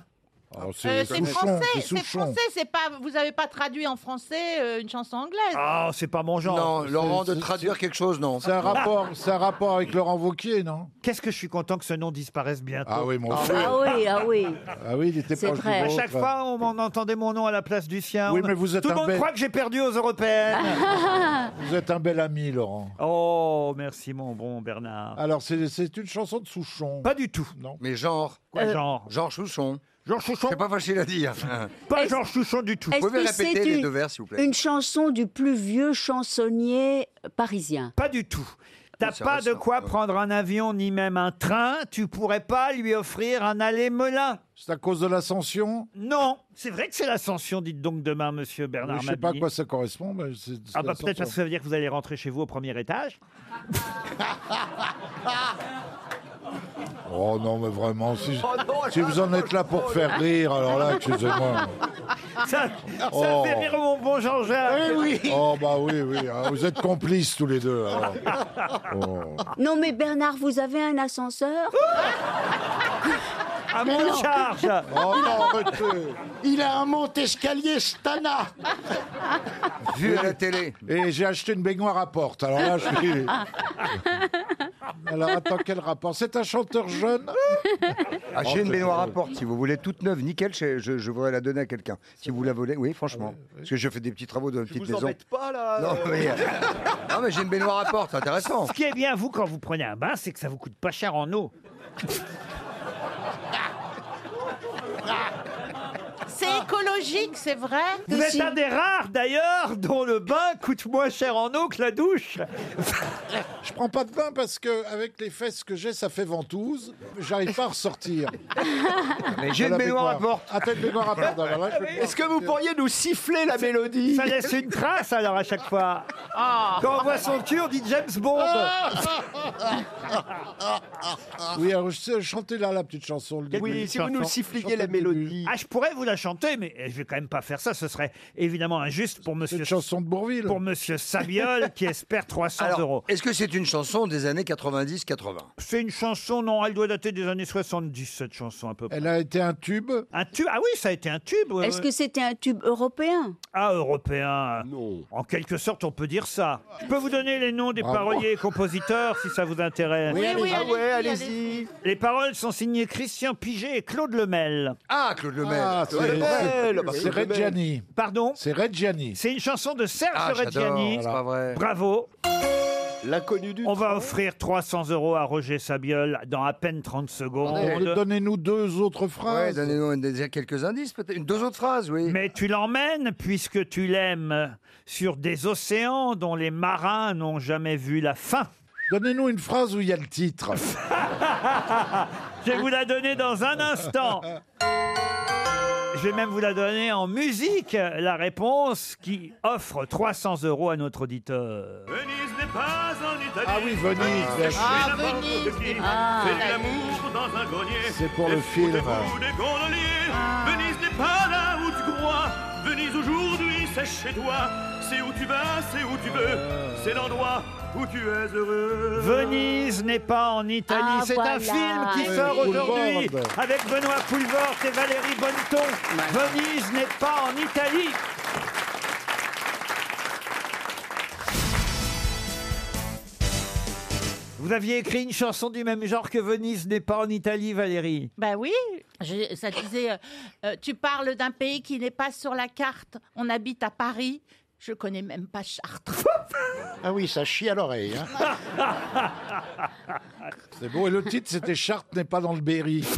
Ah, Euh, c'est français, c'est français, c'est pas. Vous avez pas traduit en français euh, une chanson anglaise. Ah, c'est pas mon genre. Non, Laurent, de traduire quelque chose, non. C'est un rapport, c'est un rapport avec Laurent Vauquier, non Qu'est-ce que je suis content que ce nom disparaisse bientôt. bah Ah oui, mon Ah oui, ah oui. Ah oui, il était C'est proche du vrai. À vôtre. chaque fois, on m'en entendait mon nom à la place du sien. Oui, On- mais vous êtes Tout le un monde bel- croit que j'ai perdu aux européennes. Vous êtes un bel ami, Laurent. oh, merci mon bon Bernard. Alors, c'est c'est une chanson de Souchon. Pas du tout. Non. Mais genre. Quoi, Euh, genre Genre Chouchon. Genre Chouchon C'est pas facile à dire. Pas Georges Souchon du tout. Est-ce Vous pouvez que répéter c'est les une- deux vers, s'il vous plaît Une chanson du plus vieux chansonnier parisien. Pas du tout. T'as ça pas de ressemble, quoi prendre un avion ni même un train. Tu pourrais pas lui offrir un aller melin. C'est à cause de l'ascension Non, c'est vrai que c'est l'ascension. Dites donc demain, Monsieur Bernard. Je sais pas à Mabille. quoi ça correspond, mais c'est c'est Ah bah peut-être l'ascension. parce que ça veut dire que vous allez rentrer chez vous au premier étage. Oh non, mais vraiment, si, Oh non, si vous en êtes là pour faire rire, alors là, excusez-moi. Oh Ça, ça Oh. fait rire mon bon Jean-Jacques. Oh bah oui, oui, hein, vous êtes complices tous les deux. alors. Oh. Non mais Bernard, vous avez un ascenseur À mon charge. Oh non, arrêtez Il a un monte-escalier Stana. Vu à la télé. Et j'ai acheté une baignoire à porte, alors là, je suis... Alors attends, quel rapport C'est un chanteur jeune Oh, Achetez Ah, une baignoire à porte, si vous voulez, toute neuve, nickel, je, je, je voudrais la donner à quelqu'un. Si vous la volez, oui, Ah franchement. Parce que je fais des petits travaux dans une petite Vous en maison. mettez pas, là Non, euh, mais, non, mais j'ai une baignoire à porte, intéressant. Ce qui est bien, vous, quand vous prenez un bain, c'est que ça vous coûte pas cher en eau. C'est écologique, c'est vrai. Vous êtes un des rares, d'ailleurs, dont le bain coûte moins cher en eau que la douche. Je prends pas de bain parce que avec les fesses que j'ai, ça fait ventouse. J'arrive pas à ressortir. Mais j'ai À la une baignoire à porte. Ah Ah, t'as une baignoire à porte. alors là, je vais Est-ce que vous pourriez nous siffler la mélodie Ça laisse une trace, alors, à chaque fois. Ah. Quand on voit son cul, on dit James Bond. pas- Ah. Oui, alors je sais chanter là la petite chanson. le début. Oui, si vous chanson. nous siffliez Chanson la du début. mélodie. Ah, je pourrais vous la chanter, mais je vais quand même pas faire ça. Ce serait évidemment injuste pour C'est Monsieur une chanson de Bourville. pour Monsieur Sabiol qui espère 300 euros. Alors, est-ce que c'est une chanson des années 90-80 C'est une chanson, non, elle doit dater des années 70, cette chanson à peu près. Elle a été un tube. Un tube, ah oui, ça a été un tube. ouais, Est-ce ouais. que c'était un tube européen Ah, européen. En quelque sorte, on peut dire ça. Je peux vous donner les noms des Bravo. paroliers et compositeurs si ça vous intéresse. Oui, oui, ah ouais, allez-y, allez-y. Les paroles sont signées Christian Piget et Claude Lemel. Ah, Claude Lemel. Ah, c'est Ouais, belle, bah, c'est c'est belle. Reggiani. Pardon C'est Reggiani. C'est une chanson de Serge Ah, j'adore, Reggiani. c'est pas vrai. Bravo. L'inconnu du On va offrir 300 euros à Roger Sabiol dans à peine 30 secondes. Donnez-nous deux autres Ouais, phrases. donnez-nous déjà quelques indices, peut-être. Une- Deux autres phrases, oui. Mais tu l'emmènes, puisque tu l'aimes, sur des océans dont les marins n'ont jamais vu la fin. Donnez-nous une phrase où il y a le titre. Je vais vous la donner dans un instant. Je vais même vous la donner en musique, la réponse qui offre 300 euros à notre auditeur. Venise n'est pas en Italie. Ah oui, Venise, bien sûr. Chez Ah, n'importe Venise, qui. ah. Fait de l'amour dans un grenier. C'est pour le Et film. foutez-vous des gondoliers. Venise n'est pas là où tu crois. Venise aujourd'hui, c'est chez toi. C'est où tu vas, c'est où tu veux. C'est l'endroit où tu es heureux. Venise n'est pas en Italie. Ah, C'est un voilà. film qui Oui, sort Poulvord. aujourd'hui avec Benoît Poulvord et Valérie Bonneton. Venise n'est pas en Italie. Vous aviez écrit une chanson du même genre que Venise n'est pas en Italie, Valérie. Bah oui, je- ça disait, euh, euh, tu parles d'un pays qui n'est pas sur la carte. On habite à Paris. Je connais même pas Chartres. Ah oui, ça chie à l'oreille. hein. C'est beau. Et le titre, c'était Chartres n'est pas dans le Berry.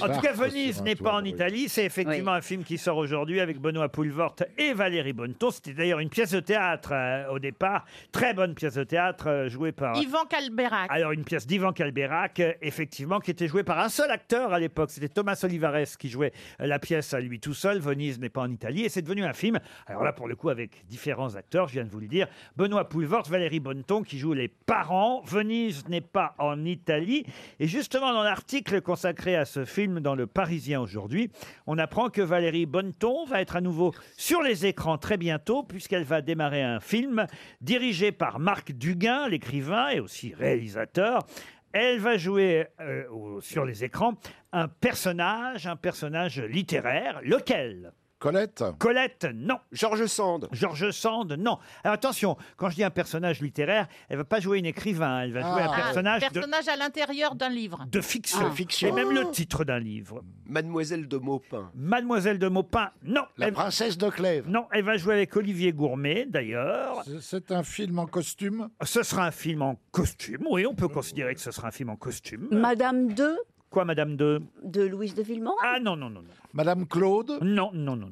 En tout cas, Chartres Venise sur un n'est pas toit, en hein, oui. Italie. C'est effectivement un film qui sort aujourd'hui avec Benoît Poulvort et Valérie Bonneton. C'était d'ailleurs une pièce de théâtre euh, au départ. Très bonne pièce de théâtre euh, jouée par. Yvan Calberac. Alors, une pièce d'Ivan Calberac, euh, effectivement, qui était jouée par un seul acteur à l'époque. C'était Thomas Olivares qui jouait euh, la pièce à lui tout seul. Venise n'est pas en Italie. Et c'est devenu un film. Alors là, pour le coup, avec différents acteurs, je viens de vous le dire. Benoît Poulvort, Valérie Bonneton, qui joue les parents. Venise n'est pas en Italie. Et justement, dans l'article consacré à ce film dans Le Parisien aujourd'hui, on apprend que Valérie Bonneton va être à nouveau sur les écrans très bientôt, puisqu'elle va démarrer un film dirigé par Marc Duguin, l'écrivain et aussi réalisateur. Elle va jouer euh, au- sur les écrans un personnage, un personnage littéraire, lequel Colette Colette, non. Georges Sand Georges Sand, non. Alors attention, quand je dis un personnage littéraire, elle va pas jouer une écrivain, elle va jouer un Ah, personnage de, personnage à l'intérieur d'un livre. Ah. Oh. de fiction. Et même le titre d'un livre. Mademoiselle de Maupin. Mademoiselle de Maupin, non. La princesse de Clèves. Non, elle va jouer avec Olivier Gourmet, d'ailleurs. C'est- C'est un film en costume Ce sera un film en costume, oui, on peut considérer que ce sera un film en costume. Madame 2 Quoi, Madame de de Louise de Villemont Ah non, non, non. non. Madame Claude Non, non, non.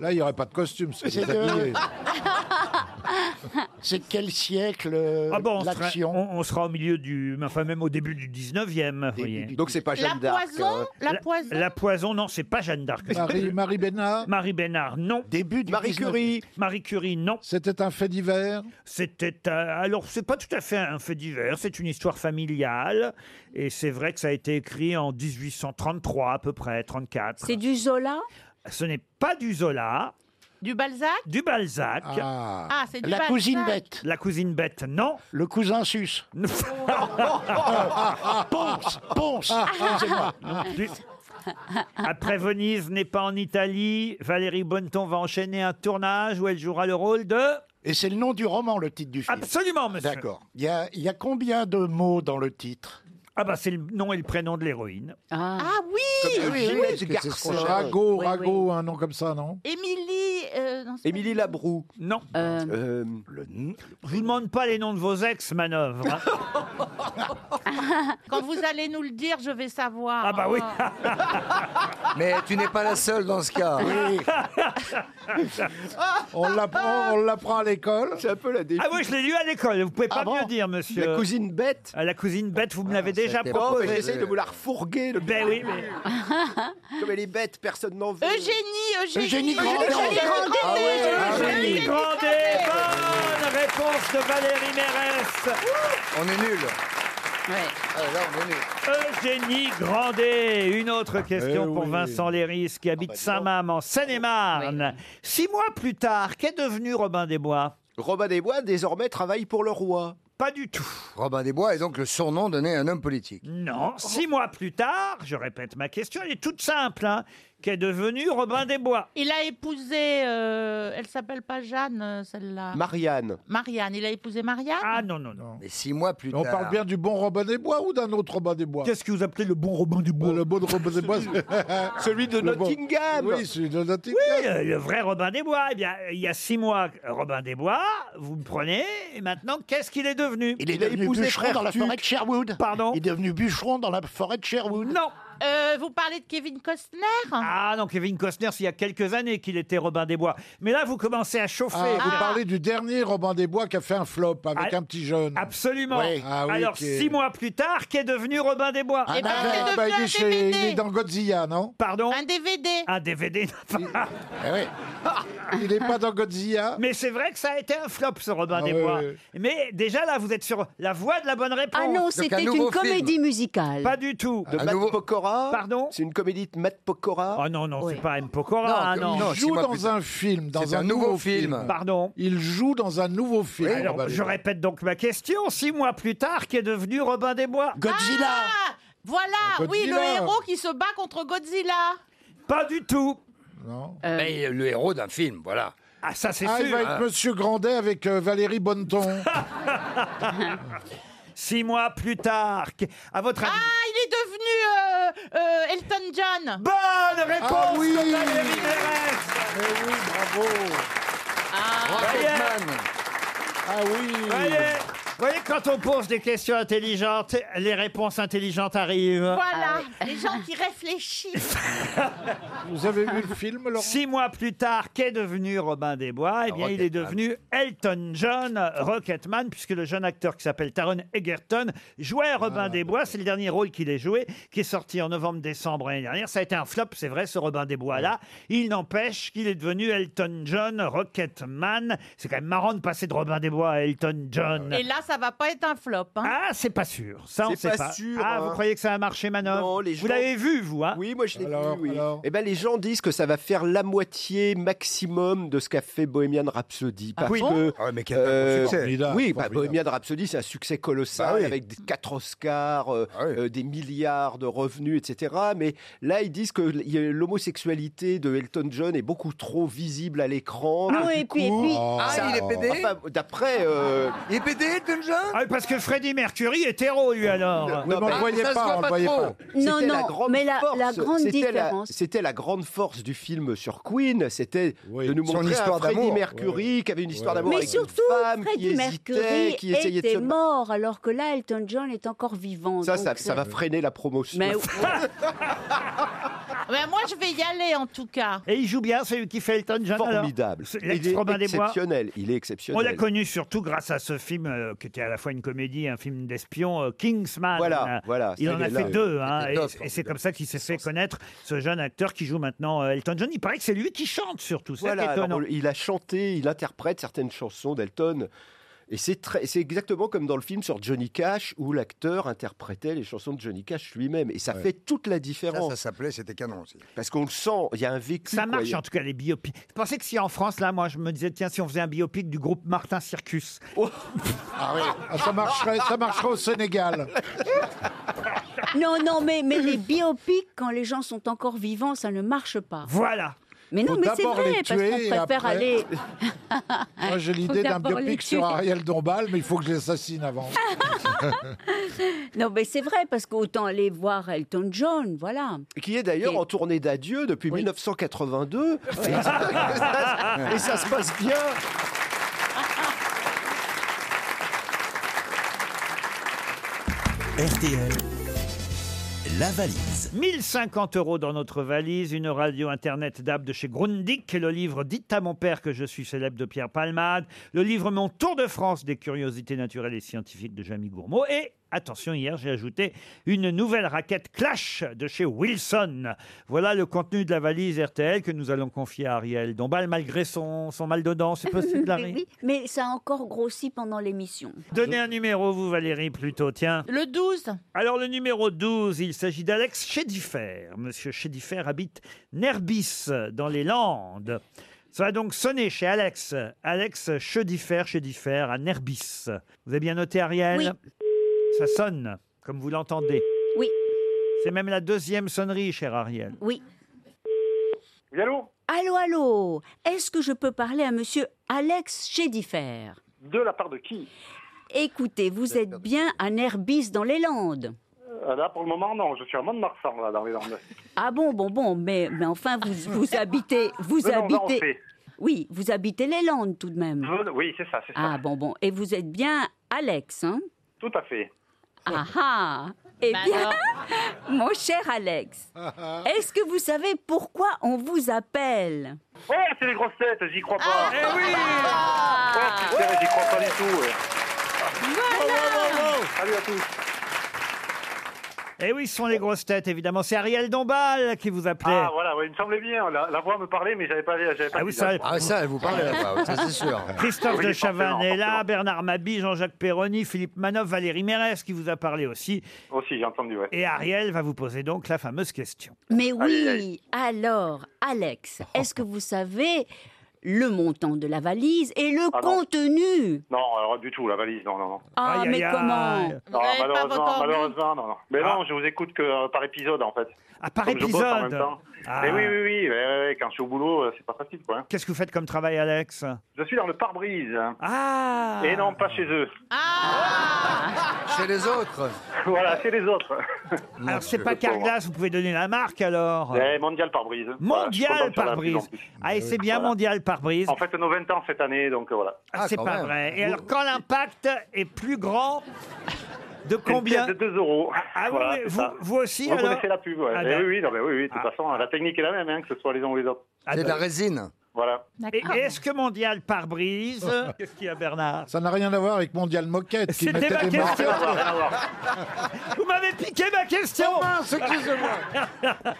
Là, il n'y aurait pas de costume. C'est C'est déshabillé. C'est quel siècle euh, euh, Ah bon, on sera, l'action on, on sera au milieu du... Enfin, même au début du 19e, vous voyez. Donc c'est pas La Jeanne d'Arc, Poison hein. La Poison La Poison, non, c'est pas Jeanne d'Arc. Marie- Bénard Marie Bénard, non. Début du Marie 19e. Curie Marie Curie, non. C'était un fait divers C'était... euh, alors, c'est pas tout à fait un fait divers, c'est une histoire familiale. Et c'est vrai que ça a été écrit en 1833 à peu près, 34. C'est du Zola Ce n'est pas du Zola. Du Balzac Du Balzac. Ah. Ah, c'est du La Balzac. cousine bête. La cousine bête, non. Le cousin sus. Ponce, Ponce, excusez-moi. Du- Après Venise n'est pas en Italie, Valérie Bonneton va enchaîner un tournage où elle jouera le rôle de... Et c'est le nom du roman, le titre du film. Absolument, monsieur. D'accord. Il y a, il y a combien de mots dans le titre Ah bah c'est le nom et le prénom de l'héroïne. Ah, oui, Parce que c'est ce qu'on cherche. Rago, Oui, oui. Rago, un nom comme ça, non Émilie. euh, non, c'est- Émilie Labroux. Non. le... Je vous demande pas les noms de vos ex, manœuvre. hein. Quand vous allez nous le dire, je vais savoir. Oh. Ah bah oui. Mais tu n'es pas la seule dans ce cas. On l'apprend, Oh, on l'apprend à l'école. C'est un peu la ah oui, je l'ai lu à l'école, vous pouvez pas mieux dire, monsieur. Ah La cousine bête Ah, la cousine bête, vous me l'avez déjà c'était pas- proposé. Oh, mais j'essaye de vous la refourguer. Le Ben oui, mais... Comme elle est bête, personne n'en veut. Eugénie, Eugénie. Eugénie Grandet. Eugénie Grandet. Ah ouais, Eugénie Eugénie Grandet, bonne réponse de Valérie Mérès. On est nuls. Eugénie Grandet, une autre question Eh pour oui. Vincent Léris qui Ah, bah, habite Saint-Mame en Seine-et-Marne. Six mois plus tard, qu'est devenu Robin des Bois Robin des Bois désormais travaille pour le roi. Pas du tout. Robin des Bois est donc le surnom donné à un homme politique. Non, six mois plus tard, je répète ma question, elle est toute simple. hein. Qu'est devenu Robin des Bois Il a épousé. euh, elle s'appelle pas Jeanne, euh, celle-là. Marianne. Marianne. Il a épousé Marianne. Ah non, non, non. Mais six mois plus Mais On parle bien du bon Robin des Bois ou d'un autre Robin des Bois Qu'est-ce que vous appelez le bon Robin des Bois Le bon Robin des Bois. Celui de Le bon. Nottingham. Oui, celui de Nottingham. Oui, euh, le, le vrai Robin des Bois. Eh bien, il y a six mois, Robin des Bois, vous me prenez, et maintenant, qu'est-ce qu'il est devenu Il est Il a devenu épousé bûcheron frère dans la Tuc. forêt de Sherwood. Pardon Il est devenu bûcheron dans la forêt de Sherwood. Non Euh, vous parlez de Kevin Costner Ah non, Kevin Costner, c'est il y a quelques années qu'il était Robin des Bois. Mais là, vous commencez à chauffer. Ah, Vous- vous parlez du dernier Robin des Bois qui a fait un flop avec Ah, un petit Mm. jeune. Absolument. Oui. Ah oui, Alors, qui est- six mois plus tard, qu'est devenu Robin des Bois Eh ben, Ah, c'est bah, devenu il, un est chez- il DVD. est dans Godzilla, non Eh Pardon Un DVD. Un DVD. Il n'est pas dans Godzilla Ah. Mais c'est vrai que ça a été un flop, ce Robin Ah des ouais, Bois. ouais. Mais déjà, là, vous êtes sur la voie de la bonne réponse. Ah non, un c'était une nouveau film. comédie musicale. Pas du tout. De Matt Pokora. Pardon C'est une comédie de Matt Pokora. Oh non, non, Oui. c'est pas M. Pokora. Non, ah, que- non. Il joue six mois dans plus tard. un film. Dans C'est un nouveau film. Pardon. Il joue dans un nouveau film. Alors, Robin des je Bois. répète donc ma question. Six mois plus tard, qu'est devenu Robin des Bois Godzilla. Ah, voilà, Godzilla. oui, le héros qui se bat contre Godzilla. Pas du tout. Non. Mais le héros d'un film, voilà. Ah, ça, c'est Ah, il sûr. va être Monsieur Grandet avec euh, Valérie Bonneton. Six mois plus tard, qu'est- à votre avis. Ah, il est devenu euh, euh, Elton John. Bonne réponse Ah oui. de Valérie Ah. Mérès. Eh oui, bravo. Ah, Voyez, Batman. Ah oui. voyez, Vous voyez, quand on pose des questions intelligentes, les réponses intelligentes arrivent. Ah Voilà, les gens qui réfléchissent. Vous avez vu le film, Laurent Six mois plus tard, qu'est devenu Robin des Bois Eh bien, il est devenu Elton John, Rocketman, puisque le jeune acteur qui s'appelle Taron Egerton jouait Robin des Bois. C'est le dernier rôle qu'il ait joué, qui est sorti en novembre-décembre l'année dernière. Ça a été un flop, c'est vrai, ce Robin des Bois-là. Il n'empêche qu'il est devenu Elton John, Rocketman. C'est quand même marrant de passer de Robin des Bois à Elton John. Et là, ça va pas être un flop. hein. Ah, c'est pas sûr. Ça, on Ah C'est sait pas pas. sûr, Ah, hein. vous croyez que ça a marché, Manon Non, les Vous gens- l'avez vu, vous, hein Oui, moi je l'ai vu. Oui. Eh ben, les gens disent que ça va faire la moitié maximum de ce qu'a fait Bohemian Rhapsody. Ah Parce bon que, Ah ouais, mais quel Euh, succès. Formidable, oui, bah, formidable. Bohemian Rhapsody, c'est un succès colossal Bah oui. avec des- quatre Oscars, euh, euh, des milliards de revenus, etc. Mais là, ils disent que l- il y a- l'homosexualité de Elton John est beaucoup trop visible à l'écran. Ah que oui, du et puis- et coup, puis- Ah, ça- il est pédé Enfin, D'après. euh, Il est pédé, Elton John Ah, parce que Freddie Mercury est hétéro, lui, alors. Non, Ah, mais ça se hein, voit trop. Non, C'était la non, grande mais la- force, la grande c'était différence. C'était la grande force du film sur Queen, c'était de nous Son montrer histoire un Freddie d'amour. Mercury qui avait une histoire d'amour Mais avec surtout, une femme qui Freddie hésitait, Mercury qui essayait de était se... mort, alors que là, Elton John est encore vivant. Ça, donc, ça, ça euh, va freiner la promotion. Mais- Ah. Mais moi, je vais y aller en tout cas. Et il joue bien, celui qui fait Elton John. alors Formidable. C'est Il est l'ex-Robin des Bois. exceptionnel. Il est On exceptionnel. l'a connu surtout grâce à ce film euh, qui était à la fois une comédie et un film d'espion, euh, Kingsman. Voilà, Euh, voilà, Il en a c'était fait là. deux, hein, C'était et, top, et c'est comme ça qu'il s'est fait connaître, ce jeune acteur qui joue maintenant euh, Elton John. Il paraît que c'est lui qui chante surtout, c'est Voilà, étonnant. alors, il a chanté, il interprète certaines chansons d'Elton. Et c'est très- c'est exactement comme dans le film sur Johnny Cash où l'acteur interprétait les chansons de Johnny Cash lui-même. Et ça Ouais. fait toute la différence. Ça, ça s'appelait, c'était canon aussi. Parce qu'on le sent, il y a un vécu. Ça quoi. marche Il y a- en tout cas les biopics. Je pensais que si en France, là, moi, je me disais, tiens, si on faisait un biopic du groupe Martin Circus. Oh. Ah oui, Ah, ça, marcherait, ça marcherait au Sénégal. Non, non, mais, mais les biopics, quand les gens sont encore vivants, ça ne marche pas. Voilà. Mais non, Faut mais c'est d'abord vrai, les parce qu'on tuer et préfère après- aller. Moi, j'ai Faut l'idée d'un d'abord les biopic sur tuer. Ah. Ariel Dombal, mais il faut que je l'assassine avant. Non, mais c'est vrai, parce qu'autant aller voir Elton John, voilà. Qui est d'ailleurs Et- en tournée d'adieu depuis 1982. Et, ça, et ça se passe bien. RTL, la valise. 1050 euros dans notre valise, une radio internet d'ab de chez Grundig, le livre Dites à mon père que je suis célèbre de Pierre Palmade, le livre Mon tour de France des curiosités naturelles et scientifiques de Jamie Gourmaud et Attention, hier j'ai ajouté une nouvelle raquette Clash de chez Wilson. Voilà le contenu de la valise RTL que nous allons confier à Ariel Dombal malgré son, son mal de dents. C'est possible, Oui, Harry oui, mais ça a encore grossi pendant l'émission. Donnez un numéro, vous Valérie, plutôt, tiens. Le 12. Alors le numéro 12, il s'agit d'Alex Chédifer. Monsieur Chédifer habite Nerbis, dans les Landes. Ça va donc sonner chez Alex. Alex Chédifer, Chédifer, à Nerbis. Vous avez bien noté, Ariel Oui. Ça sonne, comme vous l'entendez. Oui, C'est même la deuxième sonnerie, cher Ariel. oui. Oui, allô Allô, allô Est-ce que je peux parler à monsieur Alex Chédifer De la part de qui Écoutez, vous êtes bien à Nerbis dans les Landes. Euh, Là, pour le moment, non. Je suis à Mont-de-Marsan, là, dans les Landes. Ah bon, bon, bon, mais, mais enfin, vous, vous habitez... Vous Mais non, là, on habitez... sait. oui, vous habitez les Landes tout de même. Je- Oui, c'est ça, c'est ça. Ah bon, bon. Et vous êtes bien Alex, hein Tout à fait. Ah ah Eh Bah bien, mon cher Alex, est-ce que vous savez pourquoi on vous appelle Oh, c'est les grosses têtes, j'y crois pas. eh oui Ah. Oh, putain, j'y crois pas du tout. ouais. Salut à tous. Eh oui, ce sont les grosses têtes, évidemment. C'est Ariel Dombal qui vous appelait. Ah, voilà, ouais, il me semblait bien. La, la voix me parlait, mais j'avais pas, j'avais pas hein. Ah oui, ça- Ah, ça, elle vous parlait, la voix, ça, c'est sûr. Christophe Oui, de forcément, Chavannes est là, Bernard Mabi, Jean-Jacques Perroni, Philippe Manoff, Valérie Mérès qui vous a parlé aussi. Aussi, j'ai entendu, ouais. Et Ariel va vous poser donc la fameuse question. Mais Aïe, oui, alors, Alex, est-ce que vous savez le montant de la valise et le Ah non. contenu Non, alors, du tout, la valise, non, non, non. Ah, Aïe, mais aïe, comment Ah, aïe. Non, n'avez pas malheureusement, votre ordi malheureusement, non, non. Mais non, je vous écoute que euh, par épisode, en fait. Ah, par Comme je bosse en même épisode. temps. Ah. Mais oui, oui, oui. ouais, ouais, ouais, quand je suis au boulot, euh, c'est pas facile, quoi. hein. Qu'est-ce que vous faites comme travail, Alex Je suis dans le pare-brise. Ah Et non, pas chez eux. Ah Chez les autres. voilà, c'est les autres. Alors, c'est pas Carglass, vous pouvez donner la marque alors Eh, mondial par brise. Oh. Mondial par brise. Ah, et c'est bien mondial par brise. En fait, nos 20 ans cette année, donc euh, voilà. Ah, c'est pas vrai. Et alors, quand l'impact est plus grand, de combien De 2 euros. Ah oui, Voilà, mais c'est vous- ça. vous aussi, Vous alors connaissez la pub, ouais. Ah, Eh d'accord. oui, oui, non, mais oui, oui, de toute façon, la technique est la même, hein, que ce soit les uns ou les autres. Ah, bah. résine. Voilà. Et est-ce que mondial par brise Qu'est-ce qu'il y a, Bernard Ça n'a rien à voir avec Mondial Moquette. qui C'était mettait ma des morceaux. question. Vous m'avez piqué ma question. Oh,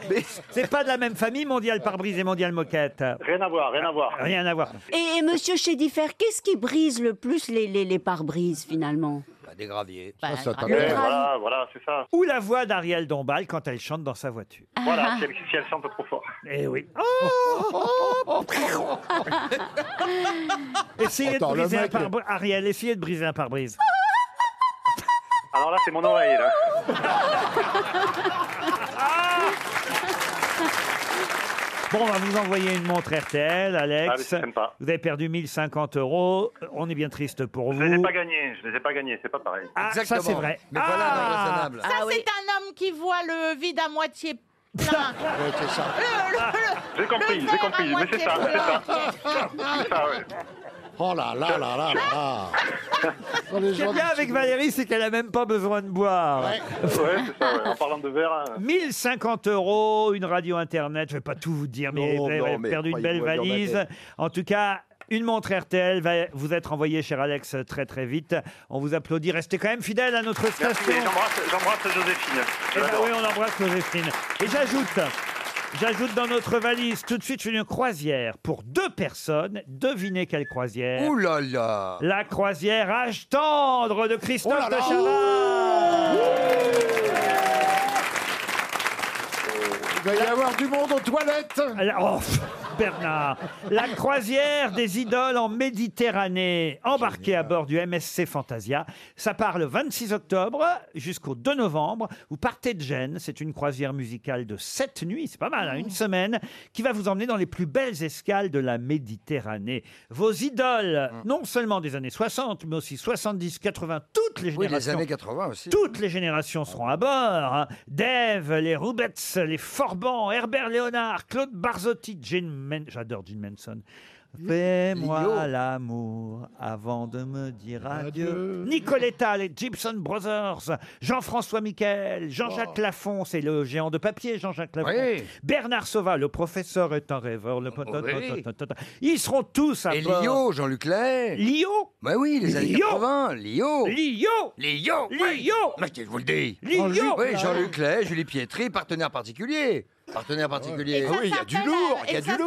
Mais C'est pas de la même famille, mondial par brise et mondial moquette. Rien à voir, rien à voir. Rien à voir. Et, et monsieur Chédifer, qu'est-ce qui brise le plus les, les, les pare-brises finalement Des graviers. Bah, ça Eh, Le travail. voilà, voilà, c'est ça. Ou la voix d'Ariel Dombal quand elle chante dans sa voiture. Ah. Ah, Voilà, si elle, si elle chante trop fort. Eh oui. Oh, Essayez Attends, de le briser un mec- pare Ariel, essayez de briser un pare-brise. Alors là, c'est mon oreille, là. Ah. Bon, on va vous envoyer une montre RTL, Ah, mais Alex. c'est sympa. vous avez perdu 1050 euros. On est bien triste pour Je les ai vous. pas gagnés, je les ai pas gagnés, c'est pas pareil. Ah, ça, Exactement. c'est vrai. Mais voilà Ah. raisonnable. Ça, c'est un homme qui voit le vide à moitié plein. J'ai compris, j'ai compris, mais c'est ça, c'est ça. C'est ça, ouais. Oh là là là là là là. Oh, les Ce qui est gens bien du avec sud. Valérie, c'est qu'elle a même pas besoin de boire. Ouais, c'est ça, ouais. En parlant de verre. hein. 1050 euros, une radio internet, je vais pas tout vous dire, mais Non, vous avez non, mais perdu une belle croyez-moi, il y en valise. avait. En tout cas, une montre RTL va vous être envoyée, cher Alex, très très vite. On vous applaudit. Restez quand même fidèle à notre Merci, station. et j'embrasse j'embrasse Joséphine. Eh ben oui, on embrasse Joséphine. Et j'ajoute, j'ajoute dans notre valise tout de suite une croisière pour deux personnes. Devinez quelle croisière Ouh là là La croisière Âge tendre de Christophe de Il va y avoir du monde aux toilettes. Alors, oh, Bernard, la croisière des idoles en Méditerranée, embarquée à bord du MSC Fantasia. Ça part le 26 octobre jusqu'au 2 novembre. Vous partez de Gênes, c'est une croisière musicale de 7 nuits, c'est pas mal, Mmh. hein, une semaine, qui va vous emmener dans les plus belles escales de la Méditerranée. Vos idoles, Mmh. non seulement des années 60, mais aussi 70, 80, toutes les Oui, les générations. années 80 aussi. Toutes les générations seront à bord. hein. Dave, les Roubets, les Forban, Herbert Léonard, Claude Barzotti, Gene Man- J'adore Gene Manson. Mmh. Fais-moi l'amour avant de me dire adieu. Nicoletta, les Gibson Brothers, Jean-François Miquel, Jean-Jacques Lafont, c'est le géant de papier, Jean-Jacques Lafont. Oh. Oui. Oh, Bernard Sauva, le professeur est un rêveur. Le... Oui. Ils seront tous Ah, à Et bah. bord. Lio, Jean-Luc Lay. Lio Bah oui, les années Lio 80. Lio. Lio. Lio. Lio. Mais je vous le dis. Lio. Oui, Jean-Luc Lay, Julie Pietri, partenaire particulier. Partenaire particulier. Ah Et ça s'appelle, euh, et ça s'appelle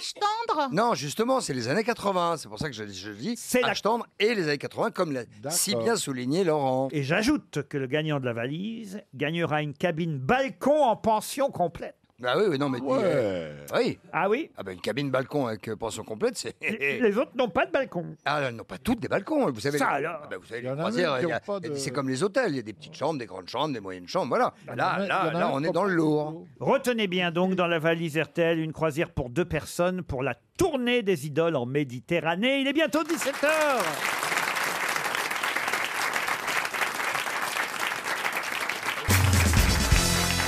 H tendre Non, justement, c'est les années 80. C'est pour ça que je, je dis c'est tendre et les années 80, comme l'a si bien souligné Laurent. Et j'ajoute que le gagnant de la valise gagnera une cabine balcon en pension complète. Bah oui, oui, non, mais. Ouais. euh, oui. Ah oui Ah bah une cabine balcon avec euh, pension complète, c'est. Les autres n'ont pas de balcon. Ah non, non, pas toutes des balcons, vous savez. Ça les- alors Ah bah, vous savez, y les en a croisières, même qui il y a- ont pas de- c'est comme les hôtels, il y a des petites chambres, des grandes chambres, des moyennes chambres, voilà. y en a Là, même- y en là, a là, même on qui ont est dans le lourd. Retenez bien donc dans la valise RTL une croisière pour deux personnes pour la tournée des idoles en Méditerranée. Il est bientôt 17h.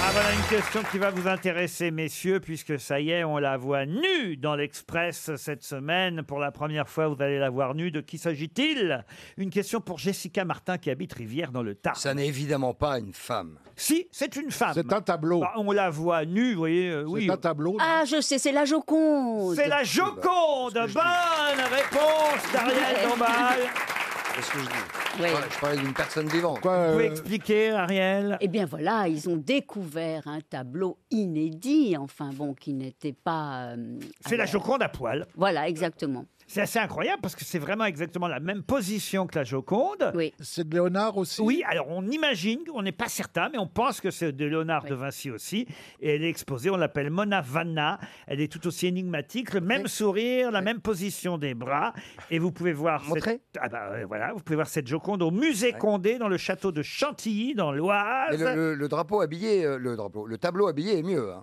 Ah voilà une question qui va vous intéresser messieurs puisque ça y est on la voit nue dans l'Express cette semaine pour la première fois vous allez la voir nue de qui s'agit-il Une question pour Jessica Martin qui habite Rivière dans le Tarn. Ça n'est évidemment pas une femme. Si, c'est une femme. C'est un tableau. on la voit nue, vous voyez. euh, oui. un tableau. Ah, je sais, c'est la Joconde. C'est la Joconde. Bonne réponse d'Ariel Dombal. Qu'est-ce que je dis Je parlais- Je parlais d'une personne vivante. Vous pouvez expliquer, Ariel Euh, Eh bien voilà, ils ont découvert un tableau inédit, enfin bon, qui n'était pas... euh, C'est la Joconde à poil. Voilà, exactement. C'est assez incroyable parce que c'est vraiment exactement la même position que la Joconde. Oui. C'est de Léonard aussi Oui, alors on imagine, on n'est pas certain, mais on pense que c'est de Léonard de Vinci aussi. Et elle est exposée, on l'appelle Mona Vanna. Elle est tout aussi énigmatique, le même sourire, la même position des bras. Et vous pouvez voir. Cette... Ah bah, euh, voilà, vous pouvez voir cette Joconde au musée Condé dans le château de Chantilly, dans l'Oise. Mais le, le- le drapeau habillé, euh, le drapeau, le tableau habillé est mieux. hein.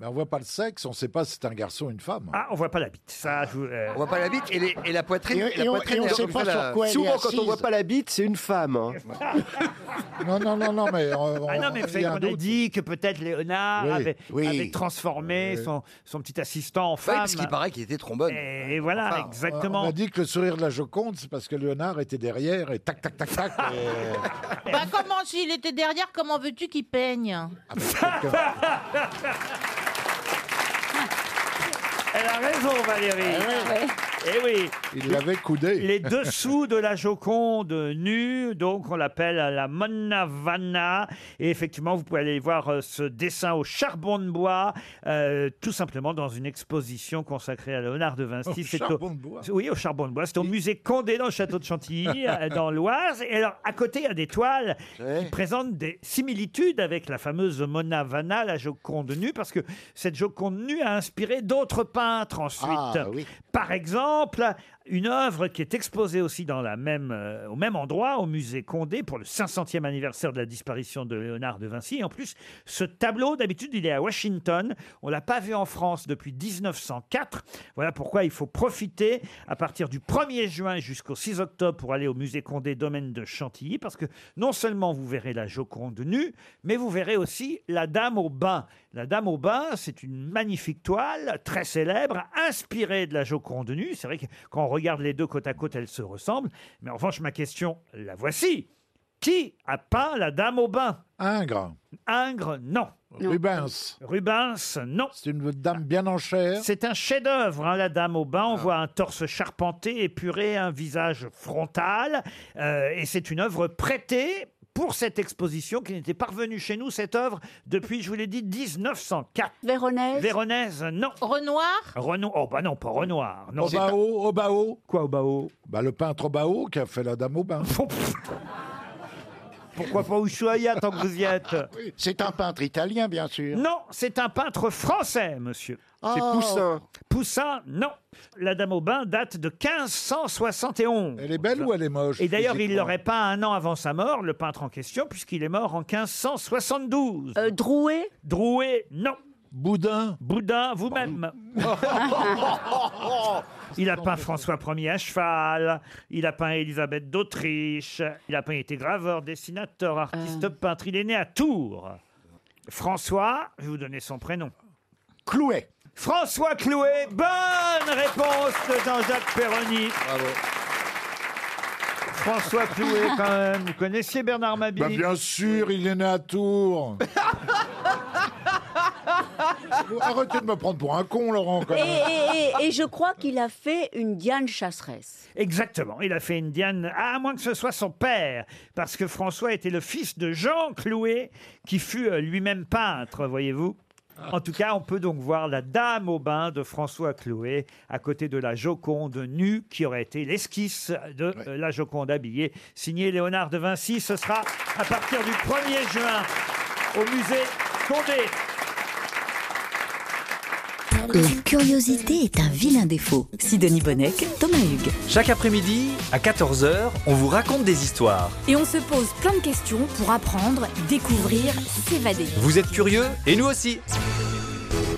Mais on voit pas le sexe, on sait pas si c'est un garçon ou une femme. Ah, on voit pas la bite. Ça, je vous- euh, On voit pas la bite et les- et la poitrine- Et- et on- et on sait pas sur quoi elle est Souvent, quand on assise. voit pas la bite, c'est une femme. hein. non, non, non, non, mais. euh, on- ah non, mais vous Oh, il savez y a qu'on un a doute. dit que peut-être Léonard Oui, avait, oui. avait transformé Oui. son, son petit assistant en femme. parce qu'il paraît qu'il était trombone. Et voilà, Enfin, Ah, exactement. Ah, On a dit que le sourire de la Joconde, c'est parce que Léonard était derrière et tac, tac, tac, tac. et- Bah comment s'il était derrière, comment veux-tu qu'il peigne Elle a raison, Valérie. Ah, Eh oui. Il l'avait coudé. Les dessous de la Joconde nue, donc on l'appelle la Monnavana. Et effectivement, vous pouvez aller voir euh, ce dessin au charbon de bois, euh, tout simplement dans une exposition consacrée à Léonard de Vinci. Au C'est charbon de bois. Oui, au charbon de bois. C'est au musée Condé dans le château de Chantilly, euh, dans l'Oise. Et alors, à côté, il y a des toiles qui présentent des similitudes avec la fameuse Mona Vanna, la Joconde nue, parce que cette Joconde nue a inspiré d'autres peintres ensuite. Ah, oui. Par exemple, une œuvre qui est exposée aussi dans la même, euh, au même endroit, au musée Condé, pour le 500e anniversaire de la disparition de Léonard de Vinci. Et en plus, ce tableau, d'habitude, il est à Washington. On ne l'a pas vu en France depuis 1904. Voilà pourquoi il faut profiter à partir du 1er juin jusqu'au 6 octobre pour aller au musée Condé, domaine de Chantilly, parce que non seulement vous verrez la Joconde nue, mais vous verrez aussi la Dame au bain. La Dame au bain, c'est une magnifique toile très célèbre, inspirée de la Joconde nue. C'est vrai que quand on regarde les deux côte à côte, elles se ressemblent. Mais en revanche, ma question, la voici. Qui a peint la Dame au bain Ingres. Ingres, non. Rubens. Rubens, non. C'est une dame bien en chair. Ah. C'est un chef-d'œuvre, hein, la Dame au bain. On voit un torse charpenté, épuré, un visage frontal. Euh, et c'est une œuvre prêtée pour cette exposition qui n'était pas revenue chez nous, cette œuvre, depuis, je vous l'ai dit, 1904. Véronèse. Véronèse, non. Renoir Renoir. Oh, bah non, pas Renoir. Non, Obao, Obao. Quoi, Obao bah, Le peintre Obao qui a fait la dame au bain. Pourquoi pas Ushuaïa tant que vous y êtes C'est un peintre italien, bien sûr. Non, c'est un peintre français, monsieur. C'est Oh. Poussin. Poussin, non. La Dame au bain date de 1571. Elle est belle ou elle est moche Et d'ailleurs, il physiquement l'aurait pas un an avant sa mort, le peintre en question, puisqu'il est mort en 1572. Drouet Drouet, non. Boudin Boudin, vous-même. Il a peint François Ier à cheval, il a peint Élisabeth d'Autriche, il a peint il était graveur, dessinateur, artiste peintre. Il est né à Tours. François, je vais vous donner son prénom. Clouet. François Clouet, bonne réponse de Jean-Jacques Perroni. Bravo. François Clouet, quand même. Vous connaissiez Bernard Mabille Bah, bien sûr, il est né à Tours. Arrêtez de me prendre pour un con, Laurent. Et, Quand même. et- et- et je crois qu'il a fait une Diane chasseresse. Exactement, il a fait une Diane, à moins que ce soit son père, parce que François était le fils de Jean Clouet, qui fut euh, lui-même peintre, voyez-vous. En tout cas, on peut donc voir la Dame au bain de François Clouet à côté de la Joconde nue, qui aurait été l'esquisse de euh, la Joconde habillée, signée Léonard de Vinci. Ce sera à partir du 1er juin au musée Condé. La curiosité est un vilain défaut. Sidonie Bonnec, Thomas Hugues. Chaque après-midi, à 14h, on vous raconte des histoires. Et on se pose plein de questions pour apprendre, découvrir, s'évader. Vous êtes curieux Et nous aussi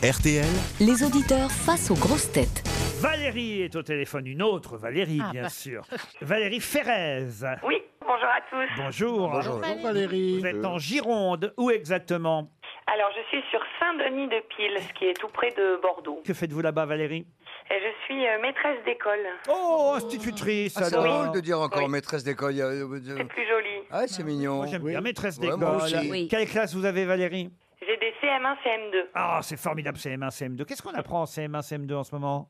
RTL Les auditeurs face aux grosses têtes. Valérie est au téléphone, une autre Valérie, Ah, bien bah. sûr. Valérie Ferrez. Oui, bonjour à tous. Bonjour. Bonjour, Bonjour, Valérie. Vous êtes en Gironde, où exactement Alors, je suis sur Saint-Denis-de-Pile, ce qui est tout près de Bordeaux. Que faites-vous là-bas, Valérie Et je suis euh, maîtresse d'école. Oh, institutrice Ah, C'est alors. drôle de dire encore maîtresse d'école. il y a- euh, C'est plus joli. Ah, c'est mignon. Moi, j'aime bien maîtresse Ouais, d'école. moi aussi. Oui. Quelle classe vous avez, Valérie J'ai des CM1, CM2. Ah, c'est formidable, CM1, CM2. Qu'est-ce qu'on apprend en CM1, CM2 en ce moment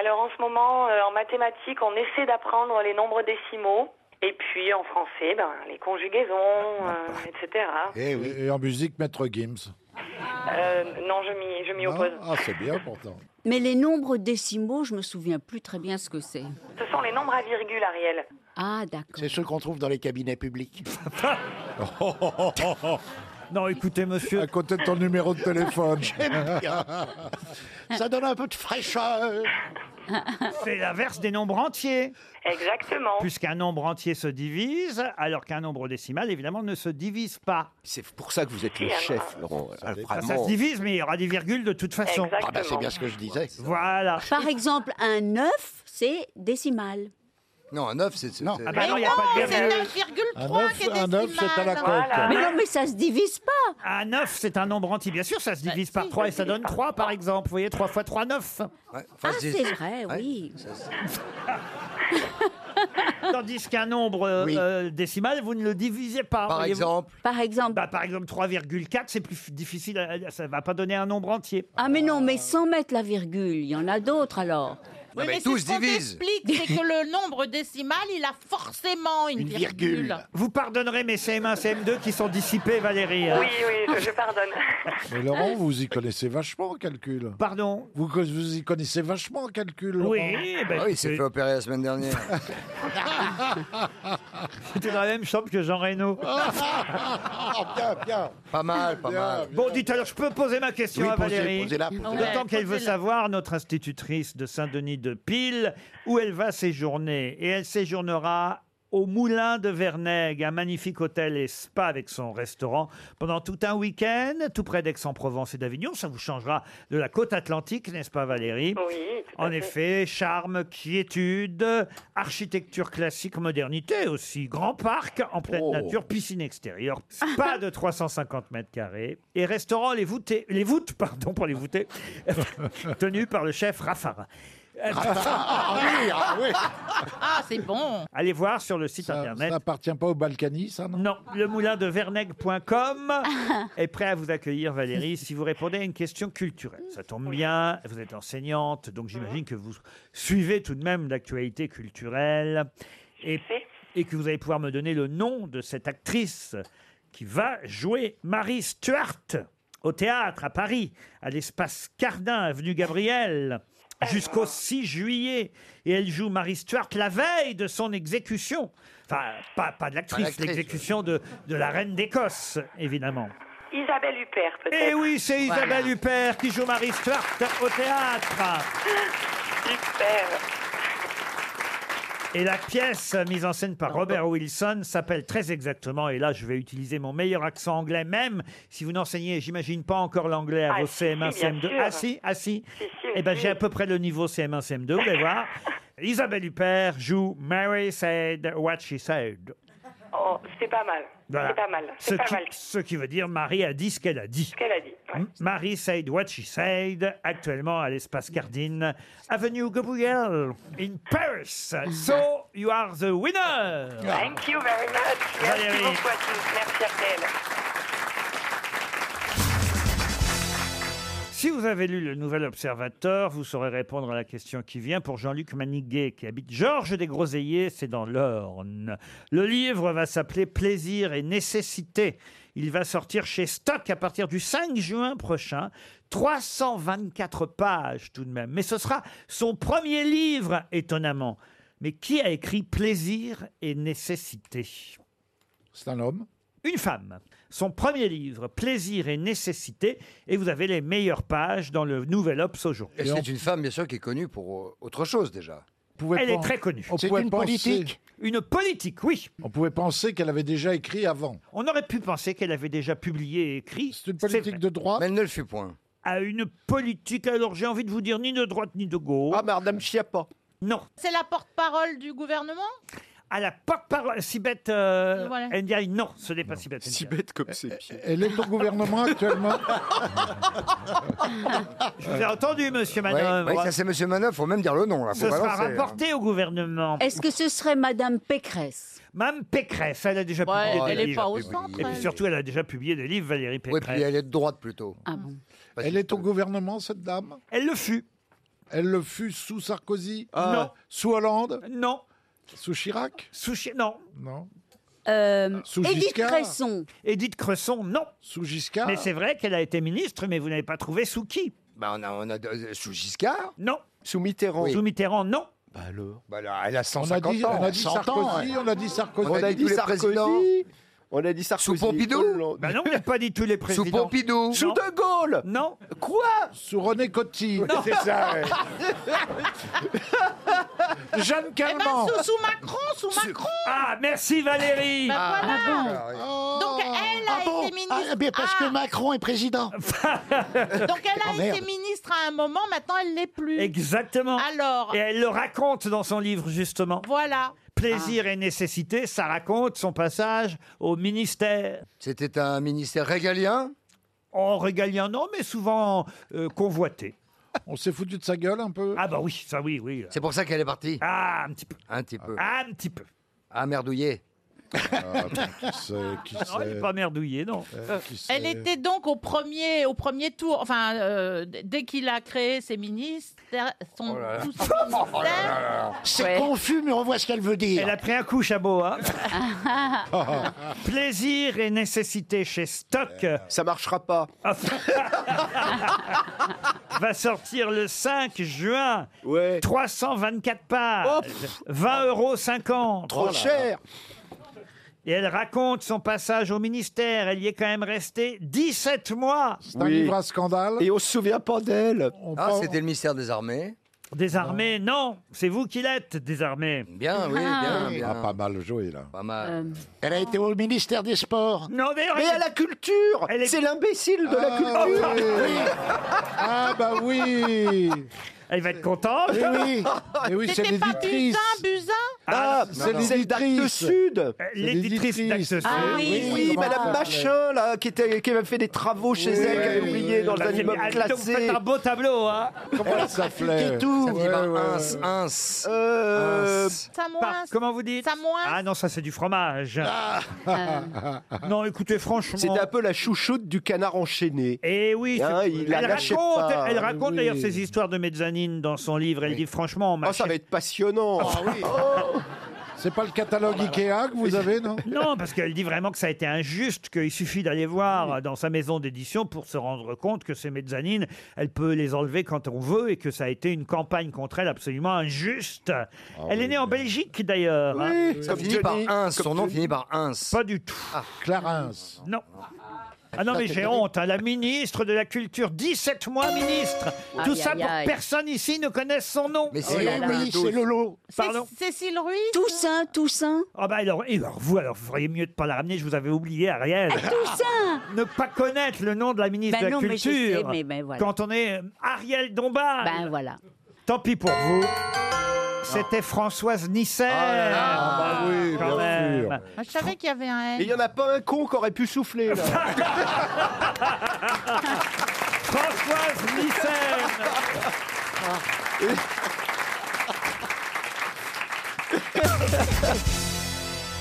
Alors, en ce moment, euh, en mathématiques, on essaie d'apprendre les nombres décimaux. Et puis, en français, ben, les Ah, conjugaisons, bah. euh, etc. Eh Et, en musique, Maître Gims. Ah. Euh, non, je m'y- je m'y Non oppose. ah, c'est bien pourtant. Mais les nombres décimaux, je me souviens plus très bien ce que c'est. Ce sont les nombres à virgule, Ariel. Ah, d'accord. C'est ceux qu'on trouve dans les cabinets publics. non, écoutez, monsieur. À côté de ton numéro de téléphone. Ah, J'aime bien. Ça donne un peu de fraîcheur. C'est l'inverse des nombres entiers. Exactement. Puisqu'un nombre entier se divise, alors qu'un nombre décimal, évidemment, ne se divise pas. C'est pour ça que vous êtes le chef, Laurent. Ah, Ah, vraiment. ça se divise, mais il y aura des virgules de toute façon. Exactement. Ah bah, c'est bien ce que je disais. Voilà. Par exemple, un 9, c'est décimal. Non, un 9, c'est. Non, Ah bah non, il n'y a pas de Ah, virgule. Un hein. Mais non, mais ça se divise pas. Bah, Un 9, c'est un nombre entier. Bien sûr, ça se divise par 3 et ça donne 3, par exemple. Vous voyez, 3 fois 3, 9. ah, c'est vrai, oui. Tandis qu'un nombre euh, euh, décimal, vous ne le divisez pas. Par exemple Par exemple bah, Par exemple, 3,4, c'est plus f- difficile. à- Ça ne va pas donner un nombre entier. Ah, mais non, mais sans mettre la virgule, il y en a d'autres alors. Oui, mais, c'est ce qu'on t'explique, c'est que le nombre décimal, il a forcément une, virgule. Vous pardonnerez mes CM1, CM2 qui sont dissipés, Valérie. hein. Oui, oui, je pardonne. Mais Laurent, vous y connaissez vachement en calcul. Pardon vous, co- vous y connaissez vachement en calcul. Oui, Laurent. ben, Ah écoutez. opérer la semaine dernière. J'étais dans la même chambre que Jean Reno. Oh, bien, bien. Ah. Pas mal, pas mal. Bon, dites alors, je peux poser ma question Oui, à posez- Valérie posez-la, posez-la. D'autant Ouais, qu'elle veut posez-la. savoir, notre institutrice de Saint-Denis de Pile, où elle va séjourner. Et elle séjournera au Moulin de Vernègue, un magnifique hôtel et spa avec son restaurant, pendant tout un week-end, tout près d'Aix-en-Provence et d'Avignon. Ça vous changera de la côte atlantique, n'est-ce pas Valérie Oui. En effet, charme, quiétude, architecture classique, modernité aussi, grand parc en pleine Oh. nature, piscine extérieure, spa de 350 mètres carrés et restaurant les voûtés, les voûtes, pardon pour les voûtés, tenu par le chef Raffarin. Ah oui, ah oui. Ah, c'est bon. Allez voir sur le site internet. Ça appartient pas aux Balkany, ça non Non, le moulin de verneg.com est prêt à vous accueillir, Valérie, si vous répondez à une question culturelle. Ça tombe bien, vous êtes enseignante, donc j'imagine que vous suivez tout de même l'actualité culturelle et, et que vous allez pouvoir me donner le nom de cette actrice qui va jouer Marie Stuart au théâtre à Paris, à l'espace Cardin, avenue Gabriel, jusqu'au 6 juillet. Et elle joue Marie Stuart la veille de son exécution. Enfin, pas, pas de l'actrice, l'actrice, l'exécution de, de la reine d'Écosse, évidemment. Isabelle Huppert, peut-être. Et Eh oui, c'est Isabelle Huppert qui joue Marie Stuart au théâtre. Et la pièce mise en scène par Robert Wilson s'appelle très exactement, et là je vais utiliser mon meilleur accent anglais, même si vous n'enseignez, j'imagine pas encore l'anglais à vos CM1, si, bien CM2. sûr. Ah si, ah si. Eh ben j'ai à peu près le niveau CM1, CM2, vous allez voir. Isabelle Huppert joue Mary Said What She Said. Oh, c'est pas mal. Voilà. C'est pas mal. Ce C'est pas qui, mal. ce qui veut dire Marie a dit ce qu'elle a dit. Ce qu'elle a dit. Marie said what she said, actuellement à l'espace Cardine, avenue Gabriel, in Paris. So you are the winner. Thank you very much. Merci Valérie. beaucoup à tous. Merci RTL. Si vous avez lu le Nouvel Observateur, vous saurez répondre à la question qui vient pour Jean-Luc Maniguet, qui habite Georges des Groseilliers, c'est dans l'Orne. Le livre va s'appeler Plaisir et nécessité. Il va sortir chez Stock à partir du 5 juin prochain. 324 pages tout de même. Mais ce sera son premier livre, étonnamment. Mais qui a écrit Plaisir et nécessité C'est un homme une femme. Son premier livre, Plaisir et nécessité, et vous avez les meilleures pages dans le Nouvel Obs Et aujourd'hui. c'est une femme, bien sûr, qui est connue pour euh, autre chose déjà. Elle est très connue. Une politique, oui. On pouvait penser qu'elle avait déjà écrit avant. On aurait pu penser qu'elle avait déjà publié et écrit. C'est une politique de droite Mais elle ne le fut point. À une politique, alors j'ai envie de vous dire ni de droite ni de gauche. Ah, Madame Chiappa. Non. C'est la porte-parole du gouvernement À la porte-parole, Sibeth euh, Voilà. Ndiaye, non, ce n'est pas Sibeth Ndiaye. Sibeth comme ses Elle est au gouvernement actuellement. Je vous ai entendu, monsieur Ouais, Manon. ouais, ça c'est Monsieur Manœuvre, faut même dire le nom là. Ce faut sera balancer, hein. rapporté au gouvernement. Est-ce que ce serait Madame Pécresse Mme Pécresse, elle a déjà publié elle est des Oh, livres. pas au centre, Et puis elle. surtout, elle a déjà publié des livres, Valérie Oui, Pécresse. puis elle est de droite plutôt. Elle est au gouvernement, cette dame Elle le fut. Elle le fut sous Sarkozy Ah. Non. Sous Hollande Non. Sous Chirac Sous Non. Non. Euh, Sous Edith Giscard Cresson. Edith Cresson, non. Sous Giscard Mais c'est vrai qu'elle a été ministre, mais vous n'avez pas trouvé sous qui Bah, on a, on a euh, sous Giscard Non. Sous Mitterrand Sous Mitterrand, non. Bah alors Bah là, elle a On a 150 dit, ans. on a dit Sarkozy, on a dit Sarkozy. On a dit Sarkozy. On a dit Sarkozy. Sous Pompidou Hollande. Bah non, on n'a pas dit tous les présidents. Sous Non. De Gaulle Non. Quoi Sous René Coty. Non. C'est ça, ouais. Jeanne Eh ben, sous, sous Macron, sous Macron Ah, merci Valérie Bah Ah, voilà. Donc elle a été Ah, ministre. mais parce que Macron est président. Donc elle a Oh, merde. été ministre à un moment, maintenant elle l'est plus. Exactement. Alors. Et elle le raconte dans son livre, justement. Voilà. Ah. Plaisir et nécessité, ça raconte son passage au ministère. C'était un ministère régalien En régalien, non, mais souvent euh, convoité. On s'est foutu de sa gueule un peu Ah bah oui, ça oui, oui. C'est pour ça qu'elle est partie Ah, un petit peu. Un petit peu. Ah, un petit peu. Ah, merdouillé. Ah, Qui sait, qui Euh, Non, elle sait. n'est pas merdouillée, non. Euh, Elle était donc au premier, au premier tour, enfin, euh, d- dès qu'il a créé ses ministères, Oh Oh son, Mm. tout son ministère. C'est Ouais. confus, mais on voit ce qu'elle veut dire. Elle a pris un coup, Chabot. hein. Plaisir et nécessité chez Stock. Ça marchera pas. va sortir le 5 juin. 324 Oh, pages. 20 euros 50. Trop cher. Et elle raconte son passage au ministère. Elle y est quand même restée 17 mois. C'est un livre à scandale. Et on se souvient pas d'elle. Ah, c'était le ministère des Armées. Des armées, non. C'est vous qui l'êtes, des armées. Bien, oui, bien, bien. Ah, pas mal joué, là. Pas mal. Elle a été au ministère des Sports. Non, d'ailleurs, Mais à la culture Elle est- C'est l'imbécile de la Ah, culture oui. Ah, bah oui. Elle va être contente. Eh oui, Eh oui c'est C'était pas l'éditrice. Buzyn, Buzyn Ah, c'est non. celle d'Actes L'éditrice. Sud Euh, L'éditrice d'Axe Sud. Eh Ah Oui, oui, comment madame ça Machin, là, qui, était, qui avait fait des travaux chez elle, qui avait oublié dans Bah, un c'est bien. immeuble Ah, donc, Vous classé. faites un beau tableau, hein Elle s'afflait. tout. Ça finit par Ouais, ouais, ins, ins. ouais. Euh, ça Par- moins, Comment vous dites ça moins. Ah non, ça c'est du fromage. Ah. Non, écoutez, franchement. C'était un peu la chouchoute du canard enchaîné. Eh oui, Hein, c'est- il elle, la raconte, lâchait pas, elle raconte oui. d'ailleurs ces histoires de mezzanine dans son livre. Elle dit franchement, on m'a Ah, Oh, ça cher- va être passionnant. Oh. C'est pas le catalogue Ikea que vous avez, non non parce qu'elle dit vraiment que ça a été injuste, qu'il suffit d'aller voir dans sa maison d'édition pour se rendre compte que ces mezzanines, elle peut les enlever quand on veut et que ça a été une campagne contre elle absolument injuste. Ah elle est née en Belgique d'ailleurs. hein. Ça finit par ins. Son nom finit par ins. Pas du tout. Ah, Clarence. Non. Ah non, mais j'ai honte. hein. La ministre de la Culture, 17 mois ministre. Tout Aïe, ça aïe, pour aïe. Oh que personne ici ne connaisse son nom. Mais Eh c'est là oui, c'est Lolo. Cé- Pardon Cécile Ruiz Toussaint, Toussaint. Ah bah alors, et alors vous, alors vous feriez mieux de pas la ramener, je vous avais oublié Ariel. Ah, Toussaint ne pas connaître le nom de la ministre Ben de la non, mais je Culture. sais, mais ben voilà. Quand on est euh, Ariel Dombard. Ben voilà. Ah. Tant pis pour vous. C'était Françoise Nisset. Ah, bah oui, Quand bien même. sûr. Ah, Je savais qu'il y avait un Et il L. n'y en a pas un con qui aurait pu souffler, là. Françoise Nisset.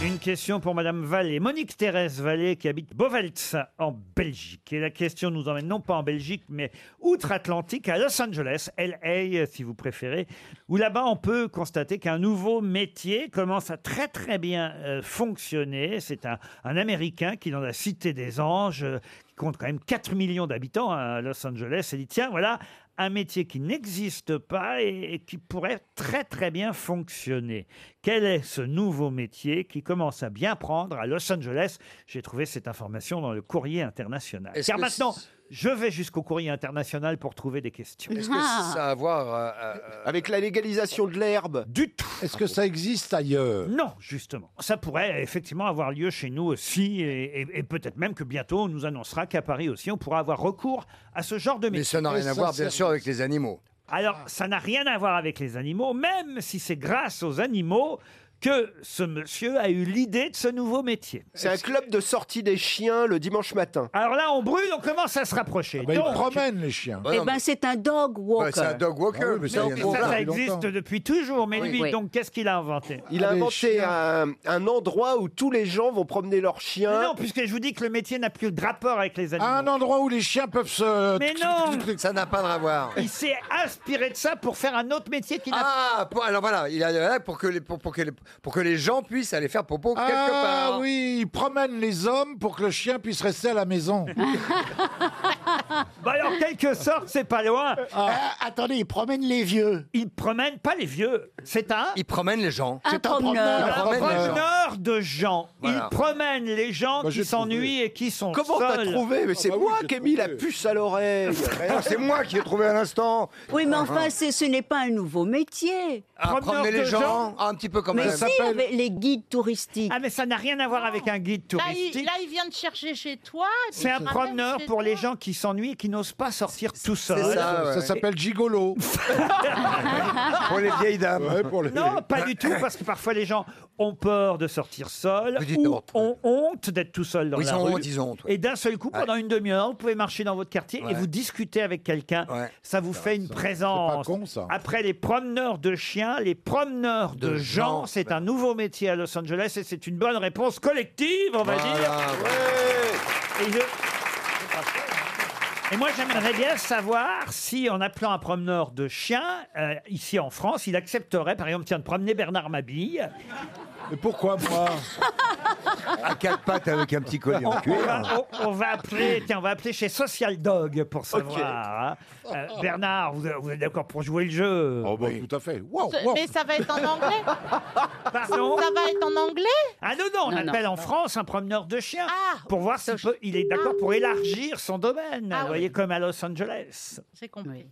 Une question pour Madame Vallée, Monique Thérèse Vallée qui habite Bovelts en Belgique. Et la question nous emmène non pas en Belgique, mais outre-Atlantique, à Los Angeles, LA si vous préférez, où là-bas on peut constater qu'un nouveau métier commence à très très bien euh, fonctionner. C'est un, un Américain qui, dans la Cité des Anges, euh, qui compte quand même 4 millions d'habitants hein, à Los Angeles, et dit tiens, voilà un métier qui n'existe pas et, et qui pourrait très très bien fonctionner. Quel est ce nouveau métier qui commence à bien prendre à Los Angeles J'ai trouvé cette information dans le courrier international. Est-ce Car que maintenant, c'est- je vais jusqu'au courrier international pour trouver des questions. Est-ce que Ah. ça a à voir euh, euh, Avec la légalisation de l'herbe. Du tout. Est-ce que ça existe Euh. ailleurs Non, justement. Ça pourrait effectivement avoir lieu chez nous aussi, et, et- et peut-être même que bientôt on nous annoncera qu'à Paris aussi, on pourra avoir recours à ce genre de Mais métier. ça n'a rien à voir, bien sûr, avec les animaux. Alors, Ah. ça n'a rien à voir avec les animaux, même si c'est grâce aux animaux que ce monsieur a eu l'idée de ce nouveau métier. C'est un club de sortie des chiens le dimanche matin. Alors là, on brûle, on commence à se rapprocher. Bah, Ils Donc, promènent les chiens. Bah eh non, ben, c'est un dog mais- bah, walker. c'est un dog walker. Ah oui, mais ça, donc, il y en a ça, ça depuis existe longtemps. depuis toujours, mais Oui. lui, Oui. donc qu'est-ce qu'il a inventé Il a Ah, les inventé chiens. un, un endroit où tous les gens vont promener leurs Mais chiens. Non, puisque je vous dis que le métier n'a plus de rapport avec les animaux. Un endroit où les chiens peuvent se. Mais non Ça n'a pas de rapport. Il s'est inspiré de ça pour faire un autre métier qui n'a Ah, pour- alors voilà, il a, euh, voilà, pour, que les, pour, pour que les, pour que les gens puissent aller faire popo quelque Ah part. oui, ils promènent les hommes pour que le chien puisse rester à la maison. Bah alors, en quelque sorte, c'est pas loin. Ah. Euh, attendez, il promène les vieux. Il promène pas les vieux. C'est un. Il promène les gens. C'est un promeneur. Un Un promeneur. promeneur de gens. Voilà. Il promène les gens Bah, j'ai qui s'ennuient trouvé. et qui sont Comment seuls. Ah bah t'as trouvé Mais c'est moi qui ai mis la puce à l'oreille. Mais non, c'est moi qui ai trouvé à l'instant. Oui, mais Ah, enfin, c'est- ce n'est pas un nouveau métier. ah, promener les gens, ah, un petit peu comme mais ça. si, avec les guides touristiques. Ah, mais ça n'a rien à voir avec un guide Ah, Là il, touristique. là, il vient te chercher chez toi. et C'est il un te ramène promeneur Ah, chez pour les gens qui s'ennuient et qui n'osent pas sortir tout seuls. ça, ouais. Ça s'appelle gigolo. Pour les vieilles dames. Ouais, pour les- Non, pas du tout, parce que parfois les gens ont peur de sortir seuls, Vous dites ou honte. ont honte d'être tout seuls dans Oui, la ils ont rue. honte, ils ont honte, Et d'un seul coup, pendant une demi-heure, vous pouvez marcher dans votre quartier et Ouais. vous discuter avec quelqu'un. Ça vous fait une présence. Après les promeneurs de chiens, les promeneurs de, De gens, gens. Ben. c'est un nouveau métier à Los Angeles et c'est une bonne réponse collective, on va Voilà, dire. Et je- Et moi, j'aimerais bien savoir si, en appelant un promeneur de chien, euh, ici en France, il accepterait, par exemple, tiens, de promener Bernard Mabille. Mais pourquoi moi À quatre pattes avec un petit collier en on, va, cuir. on- on va appeler, tiens, on va appeler chez Social Dog pour savoir. hein. Euh, Bernard, vous, vous êtes d'accord pour jouer le jeu Oh, tout à fait. Ce- Mais ça va être en anglais. Pardon Ça va être en anglais. Ah non, non, on Non, Ah. appelle non. en France un promeneur de chiens pour voir s'il peut- il est d'accord pour élargir son domaine, Ah, vous voyez, comme à Los Angeles. J'ai compris.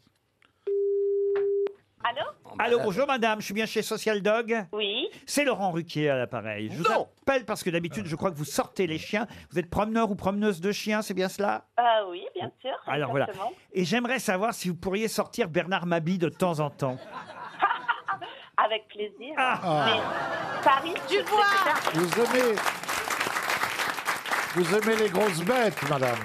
Allô, bonjour madame, je suis bien chez Social Dog Oui. C'est Laurent Ruquier à l'appareil. Je vous appelle parce que d'habitude, je crois que vous sortez les chiens. Vous êtes promeneur ou promeneuse de chiens, c'est bien cela Ah oui, bien sûr. Alors voilà. exactement. Et j'aimerais savoir si vous pourriez sortir Bernard Mabi de temps en temps. Avec plaisir. Ah. Mais Paris, tu vois. Vous aimez. Vous aimez les grosses bêtes, madame.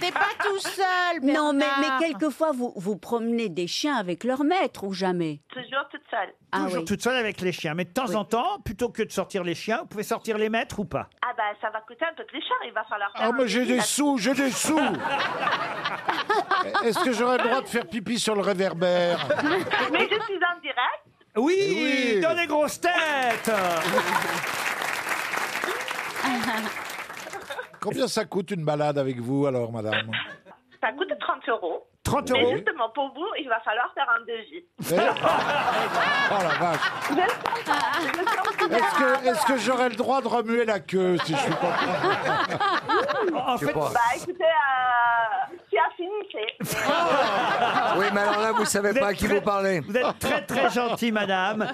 T'es pas tout Ah. seul, Non, mais, mais Bernard. quelquefois, vous, vous promenez des chiens avec leur maître ou jamais. Toujours toute seule. Ah Toujours toute seule avec les chiens. Mais de temps en temps, plutôt que de sortir les chiens, vous pouvez sortir les maîtres ou pas Ah bah ça va coûter un peu plus cher, il va falloir. Ah, mais j'ai des sous, j'ai des sous Est-ce que j'aurais le droit de faire pipi sur le réverbère Mais je suis en direct. Oui, Eh oui. dans les grosses têtes Combien ça coûte une balade avec vous, alors, madame Ça coûte 30 euros. 30 mais euros. justement, pour vous, il va falloir faire un devis. Eh Oh la vache Je sens- je sens qu'il y a- Est-ce que, est-ce que j'aurais le droit de remuer la queue, si je suis content En fait, Bah écoutez, euh, c'est affinité. Oui, mais alors là, vous savez pas à qui vous parlez. Vous êtes très très gentil, madame.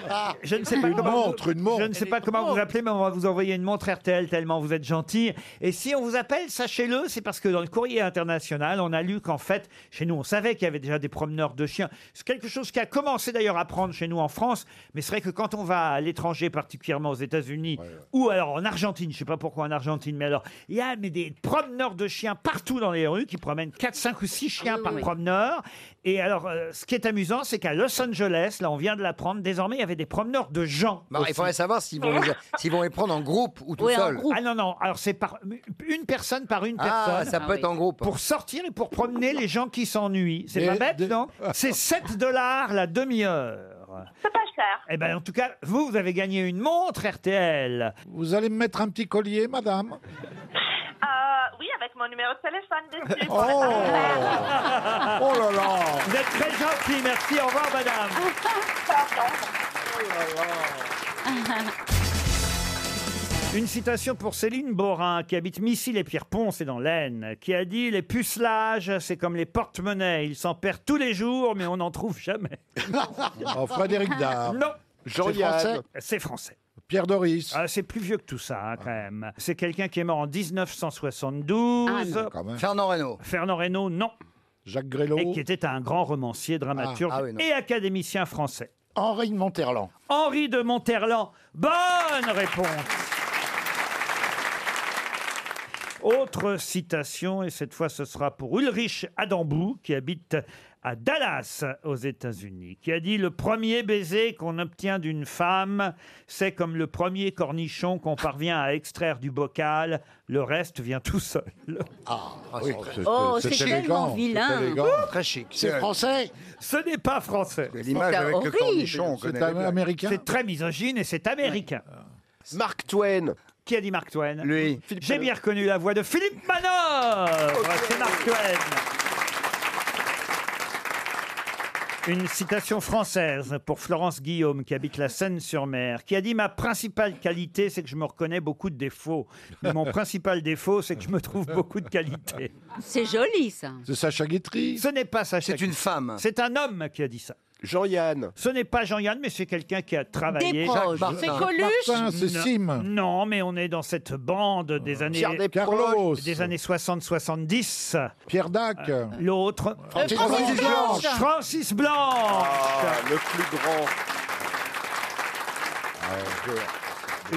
Je ne sais pas Une comment montre, vous, Je ne sais pas comment vous appelez, mais on va vous envoyer une montre RTL tellement vous êtes gentil. Et si on vous appelle, sachez-le, c'est parce que dans le courrier international, on a lu qu'en fait, chez nous, on savait qu'il y avait déjà des promeneurs de chiens. C'est quelque chose qui a commencé d'ailleurs à prendre chez nous en France. Mais c'est vrai que quand on va à l'étranger, particulièrement aux États-Unis, ou alors en Argentine, je sais pas pourquoi en Argentine, mais alors il y a mais des promeneurs de chiens partout dans les rues qui promènent 4, 5 ou 6 chiens par promeneur. Et alors, euh, ce qui est amusant, c'est qu'à Los Angeles, là, on vient de l'apprendre, désormais, il y avait des promeneurs de gens. Bah, il faudrait savoir s'ils vont les- s'ils vont les prendre en groupe ou tout Ouais, en seul. groupe. Ah non, non, alors c'est par une personne par une Ah, personne. ça peut Ah être oui. en groupe. Pour sortir et pour promener les gens qui s'ennuient. C'est pas bête, non C'est 7 dollars la demi-heure. C'est pas cher. Eh ben, en tout cas, vous, vous avez gagné une montre RTL. Vous allez me mettre un petit collier, madame Euh, oui, avec mon numéro de téléphone dessus. Oh Oh là là Vous êtes très gentil, merci, au revoir madame. Une citation pour Céline Borin, qui habite Missy les Pierrepont, c'est dans l'Aisne, qui a dit Les pucelages, c'est comme les porte-monnaies, ils s'en perdent tous les jours, mais on n'en trouve jamais. Oh, Frédéric Dard. Non. Jean-Yann. C'est français C'est français. Pierre Doris. Ah, c'est plus vieux que tout ça, hein, quand même. C'est quelqu'un qui est mort en 1972. Ah, non. Quand même. Fernand Reynaud. Fernand Reynaud, non. Jacques Grélot. Et qui était un grand romancier, dramaturge Ah, ah oui, non. et académicien français. Henri de Monterland. Henri de Monterland. Bonne réponse. Autre citation, et cette fois ce sera pour Ulrich Adambou, qui habite à Dallas, aux États-Unis, qui a dit Le premier baiser qu'on obtient d'une femme, c'est comme le premier cornichon qu'on parvient à extraire du bocal, le reste vient tout seul. Ah, oui. c'est- Oh, c'est tellement vilain. Très chic. C'est français Ce n'est pas français. l'image avec le horrible. cornichon, on connaît la blague. C'est très misogyne et c'est américain. Ah. Mark Twain. Qui a dit Mark Twain Lui. J'ai bien reconnu la voix de Philippe Manor. C'est Mark Twain. Une citation française pour Florence Guillaume, qui habite la Seine-sur-Mer, qui a dit Ma principale qualité, c'est que je me reconnais beaucoup de défauts. Mais mon principal défaut, c'est que je me trouve beaucoup de qualités. C'est joli, ça. C'est Sacha Guitry Ce n'est pas Sacha C'est une femme. C'est un homme qui a dit ça. Jean-Yann. Ce n'est pas Jean-Yann, mais c'est quelqu'un qui a travaillé. proches. Jacques Martin. C'est Coluche Martin, c'est Non, Sim. Non, mais on est dans cette bande des années Pierre Desproges. Carlos. des années 60-70. Pierre Dac. L'autre. Francis Euh, Francis Blanche. Blanche. Francis Blanche. Ah, le plus grand. Ah,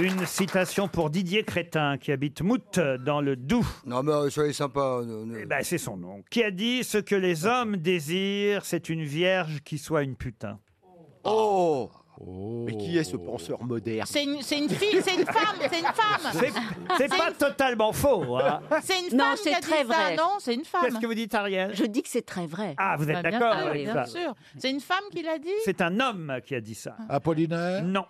Une citation pour Didier Crétin, qui habite Mout, dans le Doubs. Non, mais euh, soyez sympa. c'est son nom. Qui a dit Ce que les hommes désirent, c'est une vierge qui soit une putain. Oh Mais qui est ce penseur moderne C'est une, c'est une fille, c'est une femme, c'est une femme. C'est c'est pas totalement faux. hein. C'est une femme Non, qui c'est a dit très ça, vrai. non C'est une femme. Qu'est-ce que vous dites, Ariel Je dis que c'est très vrai. Ah, vous êtes Bah, bien d'accord sûr, avec bien ça Sûr. C'est une femme qui l'a dit C'est un homme qui a dit ça. Ah. Apollinaire Non.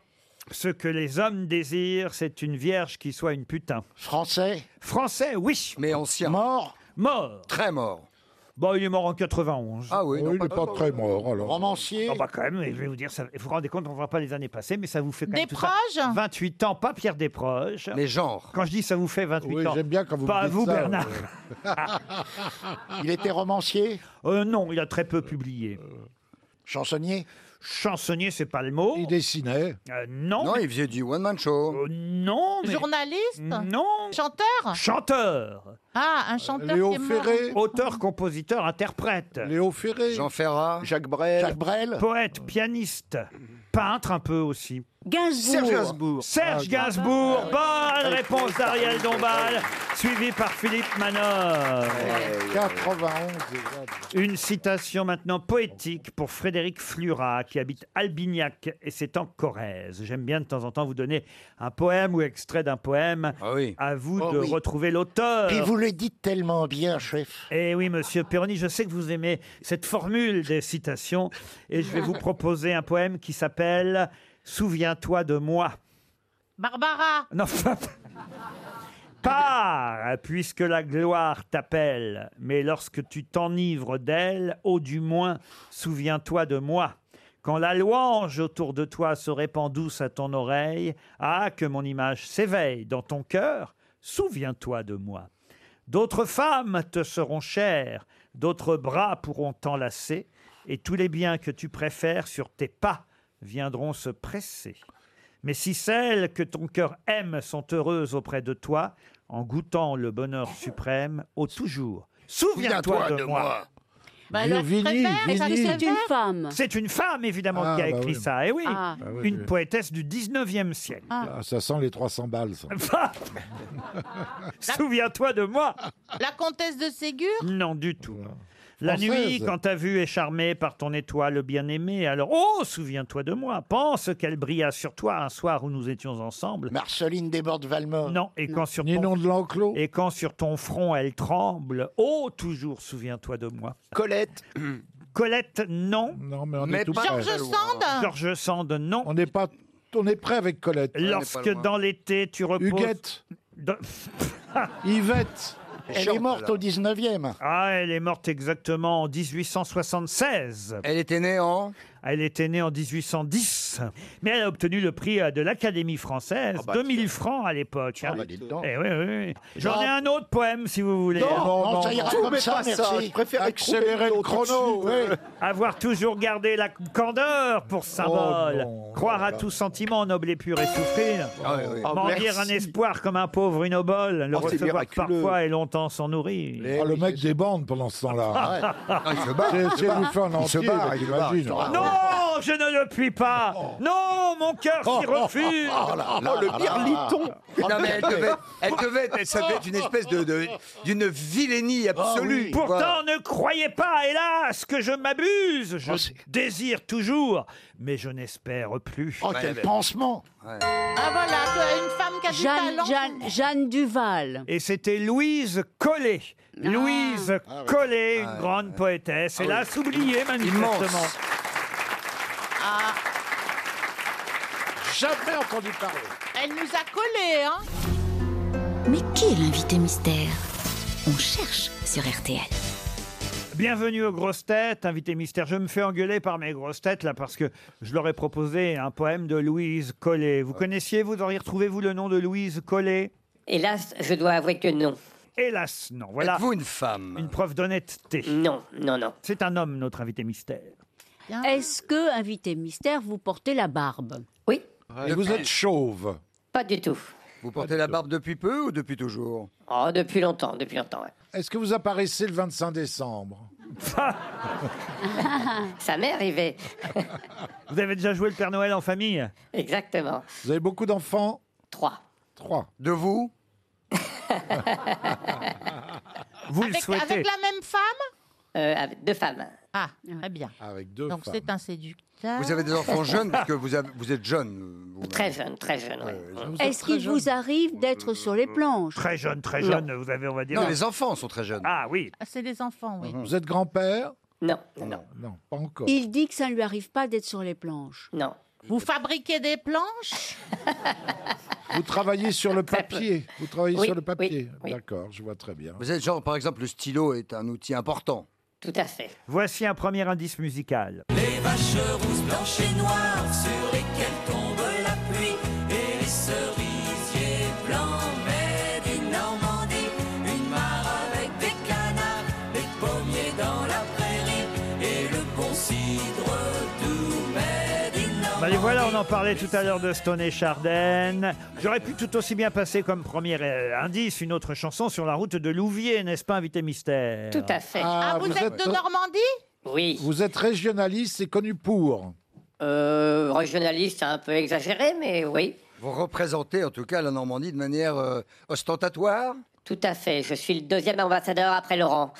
Ce que les hommes désirent, c'est une vierge qui soit une putain. Français Français, oui. Mais ancien. Mort Mort. Très mort. Bon, il est mort en 91. Ah oui, non, Oui, il pas- est pas pas- très mort, alors. Romancier bah quand même, je vais vous dire, ça, vous vous rendez compte, on ne voit pas les années passées, mais ça vous fait quand même tout ça. Desproges 28 ans, pas Pierre Desproges. Mais genre. Quand je dis ça vous fait 28 Oui, ans. j'aime bien quand vous me Pas à dites vous, ça, Bernard. Il était romancier Euh, non, il a très peu publié. Euh, Chansonnier Chansonnier, c'est pas le mot. Il dessinait Non. Euh, Non, il faisait du one-man show. non, mais- Journaliste Non. Chanteur Chanteur. Ah, un chanteur qui est mort. Auteur, compositeur, interprète. Léo Ferré. Jean Ferrat. Jacques Brel. Poète, pianiste, peintre un peu aussi. Gainsbourg. Serge Gainsbourg. Serge Ah, Gainsbourg. ah, ah, Bonne oui. réponse d'Ariel Dombal, suivi par Philippe Manor. 91. Une citation maintenant poétique pour Frédéric Flurat, qui habite Albignac, et c'est en Corrèze. J'aime bien de temps en temps vous donner un poème ou extrait d'un poème. À vous Oh de oui. retrouver l'auteur. Et vous le dites tellement bien, chef. Eh oui, monsieur Perroni, je sais que vous aimez cette formule des citations, et je vais vous proposer un poème qui s'appelle Souviens-toi de moi. Barbara. Non, Pars, puisque la gloire t'appelle, mais lorsque tu t'enivres d'elle, ô du moins, souviens-toi de moi. Quand la louange autour de toi se répand douce à ton oreille, ah, que mon image s'éveille dans ton cœur, souviens-toi de moi. D'autres femmes te seront chères, d'autres bras pourront t'enlacer, et tous les biens que tu préfères sur tes pas viendront se presser. Mais si celles que ton cœur aime sont heureuses auprès de toi, en goûtant le bonheur suprême, au toujours, souviens-toi de, moi. Bah alors, je préfère, parce que c'est une femme. C'est une femme, évidemment, Ah, qui a bah écrit oui. ça. Eh oui, Ah. Ah oui, une oui. poétesse du 19e siècle. Ah, ça sent les 300 balles, ça. Souviens-toi de moi. La comtesse de Ségur Non, du tout. La Française. nuit, quand ta vue est charmée par ton étoile bien-aimée, alors, oh, souviens-toi de moi. Pense qu'elle brilla sur toi un soir où nous étions ensemble. Marceline Desbordes-Valmore. Non, et quand sur ton... Et quand sur ton front elle tremble, oh, toujours souviens-toi de moi. Colette. Colette, non. Non, on est Mais tout pas près. très loin. Sand Georges Sand, non. On n'est pas... On est prêt avec Colette. On n'est pas Lorsque loin. dans l'été, tu reposes... Huguette. Dans- Yvette, elle est morte au 19e. Ah, elle est morte exactement en 1876. Elle était née en Elle était née en 1810. Mais elle a obtenu le prix euh, de l'Académie française. 2000 francs à l'époque. hein. Eh oui, oui, oui. J'en ai un autre poème, si vous voulez. Non, non, non, ça ira comme ça, merci. Accélérer le chrono, oui. Avoir toujours gardé la candeur pour Oh symbole. Croire à tout sentiment noble et pur et souffrir. Ah, Mendier merci. un espoir comme un pauvre une obole. Ah, Le Oh, c'est recevoir miraculeux. parfois et longtemps s'en nourrir. Ah, le mec des bandes pendant ce temps-là. Ah, ouais. hein. Il se barre, J'ai il se essayé de barre. vous faire un Il se entier, barre, là, il se barre, il se barre. t'imagines. Oh. Non, je ne le puis pas. Non, mon cœur s'y refuse. Oh, le birliton Oh, Non, mais elle devait, elle devait être, ça devait être une espèce de, de- d'une vilainie Ah absolue. Pourtant, Voilà. ne croyez pas, hélas, que je m'abuse. Oh, Je désire toujours, mais je n'espère plus. Oh, quel pansement Ah voilà, toi, une femme qui a du Jeanne, talent. Jeanne, Jeanne Duval. Et c'était Louise Collet. Ah. Louise Collet, une grande poétesse, Ah oui. hélas oubliée manifestement. Immense. Ah. Jamais entendu parler. Elle nous a collés, hein Mais qui est l'invité mystère On cherche sur RTL. Bienvenue aux grosses têtes, invité mystère. Je me fais engueuler par mes grosses têtes là parce que je leur ai proposé un poème de Louise Collet. Vous connaissiez, vous auriez retrouvé vous le nom de Louise Collet Hélas, je dois avouer que non. Hélas, non. Voilà. Êtes-vous une femme Une preuve d'honnêteté. Non, non, non. C'est un homme, notre invité mystère. Est-ce que, invité mystère, vous portez la barbe Oui. Et vous êtes chauve. Pas du tout. Vous portez la barbe depuis peu ou depuis toujours Oh, depuis longtemps, depuis longtemps, ouais. Est-ce que vous apparaissez le 25 décembre Ça m'est arrivé. Vous avez déjà joué le Père Noël en famille Exactement. Vous avez beaucoup d'enfants Trois. Trois. De vous Vous le Avec, souhaitez. avec la même femme Euh, avec deux femmes. Ah, très bien. Avec deux Donc femmes. c'est un séducteur. Vous avez des enfants jeunes parce que vous, avez- vous êtes jeune. vous-même. Très jeune, très jeune, Mm. ouais. Est-ce qu'il vous arrive d'être sur les planches Très jeune, très jeune, vous avez, on va dire. Non, les enfants sont très jeunes. Ah oui. Ah, C'est les enfants, oui. Vous êtes grand-père Non, non. Non, pas encore. Il dit que ça ne lui arrive pas d'être sur les planches. Non. Vous fabriquez des planches Vous travaillez sur le papier. Vous travaillez Oui, sur le papier. oui, oui. D'accord, je vois très bien. Vous êtes genre, par exemple, le stylo est un outil important. Tout à fait. Voici un premier indice musical. Les vaches rousses, blanches et noires sur lesquelles tombe la pluie et les cerisiers blancs, mais des Normandies, une mare avec des canards, les pommiers dans la prairie et le bon cidre doux, mais des Bah, les Normandies. voilà, on en parlait tout à l'heure de Stone et Chardenne. J'aurais pu tout aussi bien passer comme premier euh, indice une autre chanson sur la route de Louviers, n'est-ce pas, invité mystère Tout à fait. Ah, vous, êtes, de Normandie Oui. Vous êtes régionaliste et connu pour. Euh, régionaliste, c'est un peu exagéré, mais oui. Vous représentez en tout cas la Normandie de manière euh, ostentatoire Tout à fait. Je suis le deuxième ambassadeur après Laurent.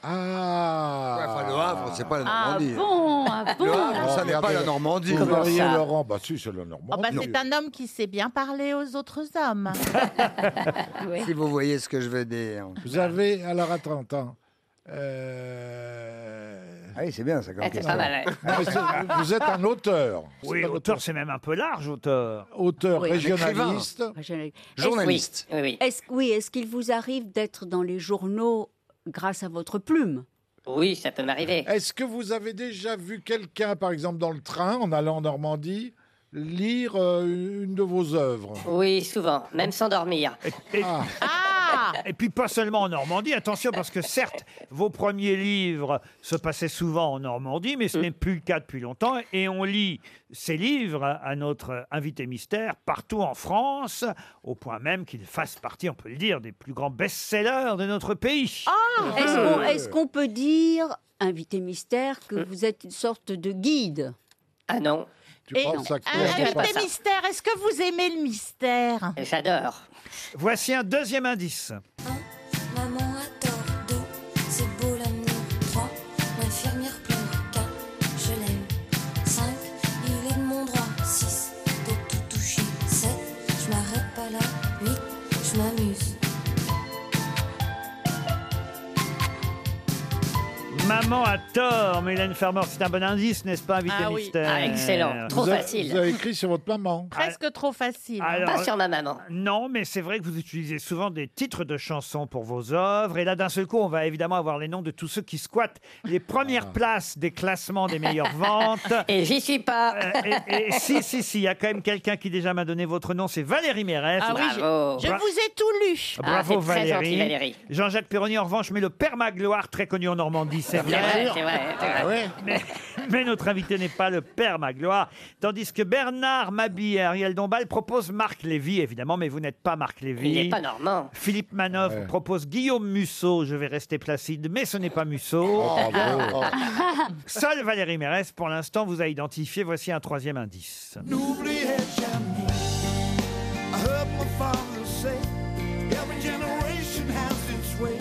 Ah Ouais, enfin, le Havre, c'est pas la Ah Normandie. bon, ah bon Le Havre, ça Oh, n'est pas regardez, la Normandie. Vous Comment verriez ça Laurent Bah si, c'est la Oh, bah, Normandie. C'est un homme qui sait bien parler aux autres hommes. Oui. Si vous voyez ce que je veux dire. Vous avez, alors attends, attends. Euh, Ah oui, c'est bien ça comme Ah, c'est question. pas mal. ouais. non, mais c'est- vous êtes un auteur. Oui, C'est un auteur, c'est même un peu large, auteur. Auteur Oui. régionaliste. Régionaliste. Journaliste. Oui, oui. Est-ce oui, est-ce qu'il vous arrive d'être dans les journaux grâce à votre plume Oui, ça peut m'arriver. Est-ce que vous avez déjà vu quelqu'un, par exemple, dans le train, en allant en Normandie, lire euh, une de vos œuvres Oui, souvent, même sans dormir. Et, Ah et puis pas seulement en Normandie, attention, parce que certes, vos premiers livres se passaient souvent en Normandie, mais ce n'est plus le cas depuis longtemps. Et on lit ces livres à notre invité mystère partout en France, au point même qu'ils fassent partie, on peut le dire, des plus grands best-sellers de notre pays. Ah! Ah! Est-ce qu'on est-ce qu'on peut dire, invité mystère, que vous êtes une sorte de guide Hmm. Ah, Ah non, Ah, Tu Et penses à quoi un je pense invité à- mystère, est-ce que vous aimez le mystère j'adore. Voici un deuxième indice. Maman a tort, deux, c'est beau l'amour. Trois, l'infirmière pleure. Quatre, je l'aime. Cinq, il est de mon droit. Six, de tout toucher. Sept, je m'arrête pas là. Huit, je m'amuse. Maman a tort, Mélène Farmer, c'est un bon indice, n'est-ce pas, invité Ah oui. mystère Ah, excellent, trop vous, avez- facile. vous avez écrit sur votre maman. Presque trop facile. hein. Alors, euh, Pas sur ma maman. Non, mais c'est vrai que vous utilisez souvent des titres de chansons pour vos œuvres. Et là, d'un seul coup, on va évidemment avoir les noms de tous ceux qui squattent les premières places des classements des meilleures ventes. Et j'y suis pas. Euh, et, et- si, si, si, il y a quand même quelqu'un qui déjà m'a donné votre nom, c'est Valérie Mérès. Ah oui, j'ai- Bravo. je vous ai tout lu. Ah, Bravo c'est très Valérie. gentil, Valérie. Jean-Jacques Perroni, en revanche, met le père Magloire, très connu en Normandie, c'est C'est vrai. vrai, c'est vrai, c'est vrai. Mais, mais notre invité n'est pas le père Magloire. Tandis que Bernard Mabi et Ariel Dombal proposent Marc Lévy, évidemment, mais vous n'êtes pas Marc Lévy. Il n'est pas normand. Philippe Manoff propose Guillaume Musso. Je vais rester placide, mais ce n'est pas Musso. Oh, Oh, Seul Valérie Mérès, pour l'instant, vous a identifié. Voici un troisième indice. N'oubliez jamais. I heard my father say, every generation has its way.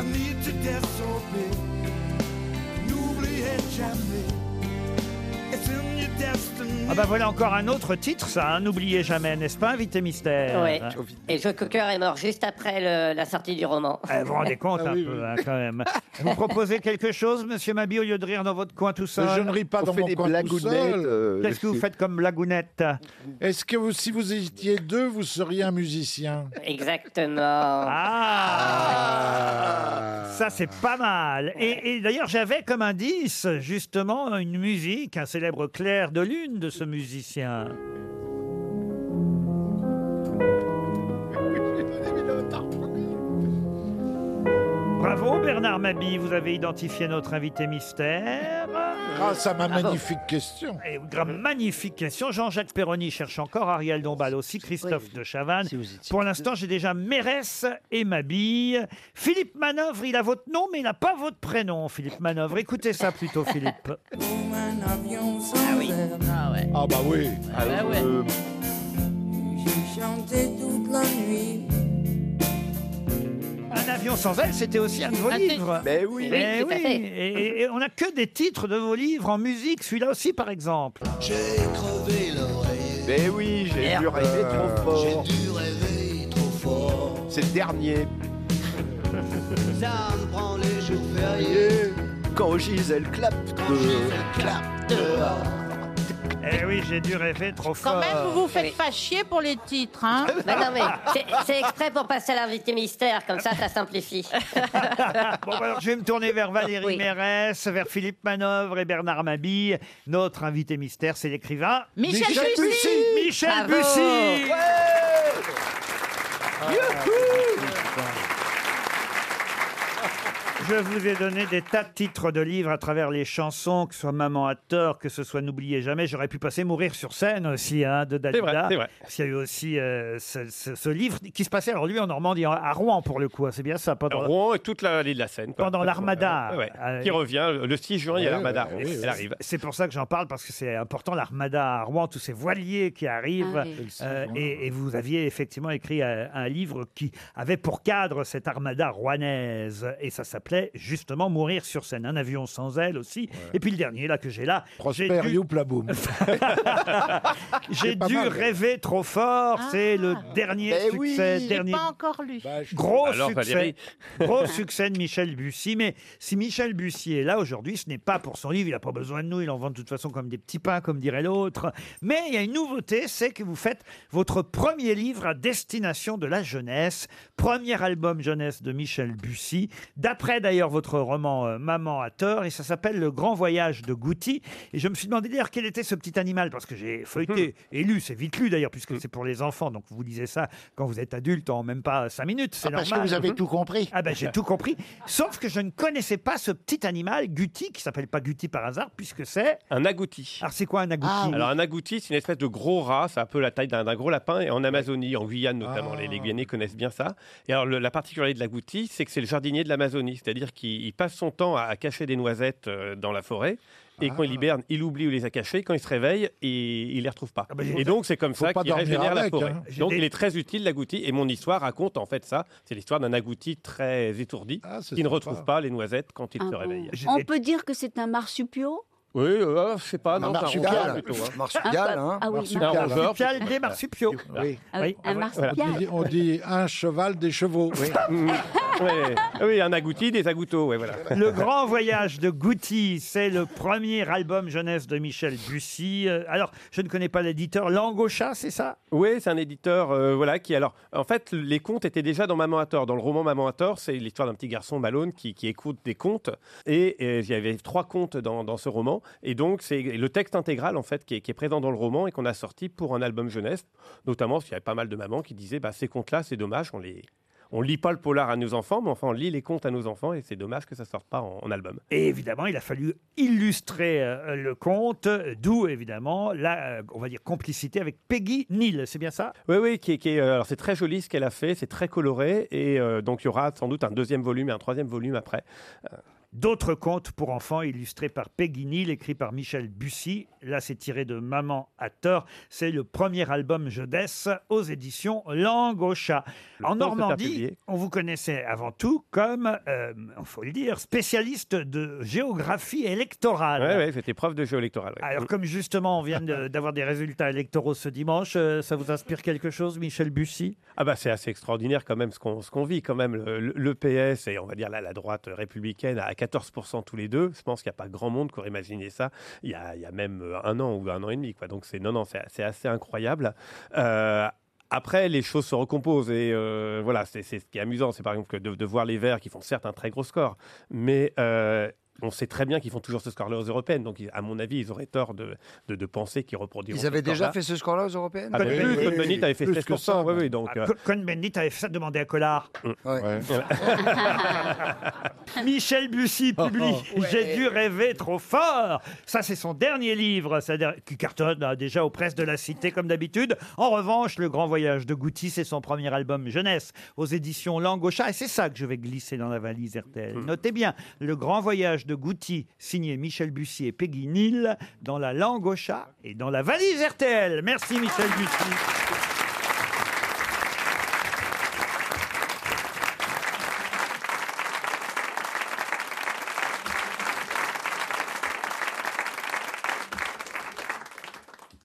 I need to disobey. N'oubliez jamais. It's in your destiny. Ah bah voilà encore un autre titre, ça, hein, n'oubliez jamais, n'est-ce pas, Invité Mystère Ouais. Ah. Et Joe Cocker est mort juste après le- la sortie du roman. Eh, Vous vous rendez compte Ah un peu, hein, quand même. Vous proposez quelque chose, monsieur Mabi, au lieu de rire dans votre coin tout seul je ne ris pas On dans fait mon des coin tout blagounettes, seul. euh, Qu'est-ce que vous faites comme blagounette Est-ce que vous, si vous étiez deux, vous seriez un musicien Exactement. Ah. Ah. Ça, c'est pas mal. Et, et d'ailleurs, j'avais comme indice, justement, une musique, un célèbre clair de lune de ce musicien. Bravo Bernard Mabi, vous avez identifié notre invité mystère. Grâce Ah à ma magnifique question. Et gra- Eh, magnifique question. Jean-Jacques Perroni cherche encore Ariel Dombal aussi, Christophe de Chavannes. Pour l'instant, j'ai déjà Mérès et Mabille. Philippe Manœuvre, il a votre nom, mais il n'a pas votre prénom, Philippe Manœuvre. Écoutez ça plutôt, Philippe. Ah oui. Ah ouais. Ah bah oui. Ah ouais. J'ai chanté toute la nuit. Un avion sans ailes, c'était aussi un de vos Ah, c'est- livres. Ben Mais oui. Mais Oui, tout à oui. fait. Et, et- et on n'a que des titres de vos livres en musique, celui-là aussi, par exemple. J'ai crevé l'oreille. Mais Ben oui, j'ai dû Merde. rêver Euh, trop fort. Euh, J'ai dû rêver trop fort. C'est le dernier. Ça me prend les jours fériés. Quand Gisèle clappe de... Clap dehors. Eh oui, j'ai dû rêver trop fort. Quand même, vous vous faites pas chier pour les titres, hein Bah Non, non, mais c'est- c'est exprès pour passer à l'invité mystère, comme ça, ça simplifie. Bon, bah alors, je vais me tourner vers Valérie Mérès, vers Philippe Manœuvre et Bernard Mabille. Notre invité mystère, c'est l'écrivain Michel Michel Bussy. Bussy. Michel Bravo. Bussy Je vous ai donné des tas de titres de livres à travers les chansons, que ce soit Maman à tort, que ce soit N'oubliez jamais. J'aurais pu passer Mourir sur scène aussi, hein, de Dalida. C'est vrai, c'est vrai. Parce qu'il y a eu aussi euh, ce, ce- ce livre qui se passait, alors lui en Normandie, à Rouen pour le coup, hein, c'est bien ça. Pendant... Rouen et toute la- l'île de la Seine. quoi. Pendant l'Armada. Ouais, ouais. Euh, Qui revient le 6 juin, il y a Ouais, l'Armada. ouais, ouais, Elle ouais. arrive. C'est pour ça que j'en parle, parce que c'est important, l'armada à Rouen, tous ces voiliers qui arrivent. Ah oui. Euh, et, et vous aviez effectivement écrit euh, un, livre qui avait pour cadre cette armada rouennaise. Et ça s'appelait justement Mourir sur scène. Un avion sans aile aussi. Et puis le dernier, là, que j'ai là. Prosper Youplaboum. j'ai pas dû mal. rêver trop fort. C'est le dernier Ben succès. Ah. J'ai dernier pas encore lu. Bah, Gros Alors, succès. Valérie. Gros succès de Michel Bussy. Mais si Michel Bussy est là aujourd'hui, ce n'est pas pour son livre. Il n'a pas besoin de nous. Il en vend de toute façon comme des petits pains, comme dirait l'autre. Mais il y a une nouveauté, c'est que vous faites votre premier livre à destination de la jeunesse. Premier album jeunesse de Michel Bussy. D'après d'ailleurs votre roman euh, Maman à tort. Et ça s'appelle Le Grand Voyage de Gouty. Et je me suis demandé d'ailleurs quel était ce petit animal. Parce que j'ai feuilleté et lu. C'est vite lu d'ailleurs, Mm. puisque c'est pour les enfants. Donc vous lisez ça quand vous êtes adulte en même pas cinq minutes. C'est Ah, parce que normal. vous avez tout compris. Ah ben j'ai tout compris. Sauf que je ne connaissais pas ce petit animal, Guti, qui s'appelle pas Guti par hasard, puisque c'est... Un agouti. Alors c'est quoi un agouti Ah, Alors un agouti, c'est une espèce de gros rat, ça a un peu la taille d'un d'un gros lapin, et en Amazonie, en Guyane notamment, les, les Guyanais connaissent bien ça. Et alors le- la particularité de l'agouti, c'est que c'est le jardinier de l'Amazonie, c'est-à-dire qu'il il passe son temps à, à cacher des noisettes euh, dans la forêt, et quand il hiberne, il oublie où les a cachées, quand il se réveille, Ah, il, il les retrouve pas. j'ai- et donc c'est comme Faut ça pas qu'il dormir régénère la avec, forêt. hein. J'ai Donc des- il est très utile l'agouti, et mon histoire raconte en fait ça, c'est l'histoire d'un agouti très étourdi, qui ne sympa. retrouve Ah, pas les noisettes quand il Ah se bon. réveille. On peut dire que c'est un marsupiau Oui, euh, je sais pas, non, Un c'est marsupial. rongeur plutôt, hein. Marsupial, hein. Ah oui, Marsupial, marsupial. rongeur. Marsupial, des marsupiaux. Oui. Ah oui, un marsupial. On dit, on dit un cheval des chevaux. Ouais. Ah Oui, un agouti, des agoutos, ouais, voilà. Le Grand Voyage de Gouti, c'est le premier album jeunesse de Michel Bussy. Euh, Alors, je ne connais pas l'éditeur. Langocha, c'est ça Oui, c'est un éditeur, euh, voilà, qui alors, en fait, les contes étaient déjà dans Maman à tort. Dans le roman Maman à tort, c'est l'histoire d'un petit garçon Malone qui, qui écoute des contes, et euh, il y avait trois contes dans, dans ce roman, et donc c'est le texte intégral en fait qui est, qui est présent dans le roman et qu'on a sorti pour un album jeunesse, notamment parce qu'il y avait pas mal de mamans qui disaient, bah ces contes-là, c'est dommage, on les, on lit pas le polar à nos enfants, mais enfin on lit les contes à nos enfants, et c'est dommage que ça sorte pas en- en album. Et évidemment, il a fallu illustrer euh, le conte, d'où évidemment la, euh, on va dire, complicité avec Peggy Neal, c'est bien ça Oui, oui, qui, est- qui est, euh, alors c'est très joli ce qu'elle a fait, c'est très coloré, et euh, donc il y aura sans doute un deuxième volume et un troisième volume après. Euh, D'autres contes pour enfants illustrés par Péguinil, écrit par Michel Bussy. Là, c'est tiré de Maman à tort. C'est le premier album jeunesse aux éditions Langue au chat. en temps de se faire Normandie, publier. on vous connaissait avant tout comme, il faut le dire, spécialiste de géographie électorale. Ouais, ouais, j'étais prof de jeu électoral. ouais. Alors, comme justement, on vient de- d'avoir des résultats électoraux ce dimanche, euh, ça vous inspire quelque chose, Michel Bussy Ah bah c'est assez extraordinaire quand même ce qu'on ce qu'on vit quand même le, le PS et on va dire là la droite républicaine à 14% tous les deux. Je pense qu'il n'y a pas grand monde qui aurait imaginé ça il y a, il y a même euh, un an ou un an et demi quoi. Donc c'est non non c'est c'est assez incroyable. Euh, après, les choses se recomposent et euh, voilà, c'est c'est ce qui est amusant, c'est par exemple que de, de voir les Verts qui font certes un très gros score, mais euh, on sait très bien qu'ils font toujours ce score-là aux européennes. Donc, ils- à mon avis, ils auraient tort de, de, de penser qu'ils reproduiront. Ils avaient ce déjà score-là. fait ce score-là aux européennes Ah, mais plus, Cohn-Bendit avait fait Plus que 16%. oui, oui, donc, euh, Cohn-Bendit Ah, avait fait ça demander à Collard. Michel Bussy publie Oh. J'ai dû rêver trop fort. Ça, c'est son dernier livre, c'est-à-dire qui cartonne hein, déjà aux presses de la cité comme d'habitude. En revanche, Le Grand Voyage de Gouty, c'est son premier album jeunesse aux éditions Langue au Chat. Et c'est ça que je vais glisser dans la valise RTL. Hmm. Notez bien Le Grand Voyage de Gouty, signé Michel Bussy et Peggy Neal, dans la Langue au Chat et dans la valise RTL. Merci Michel Bussy.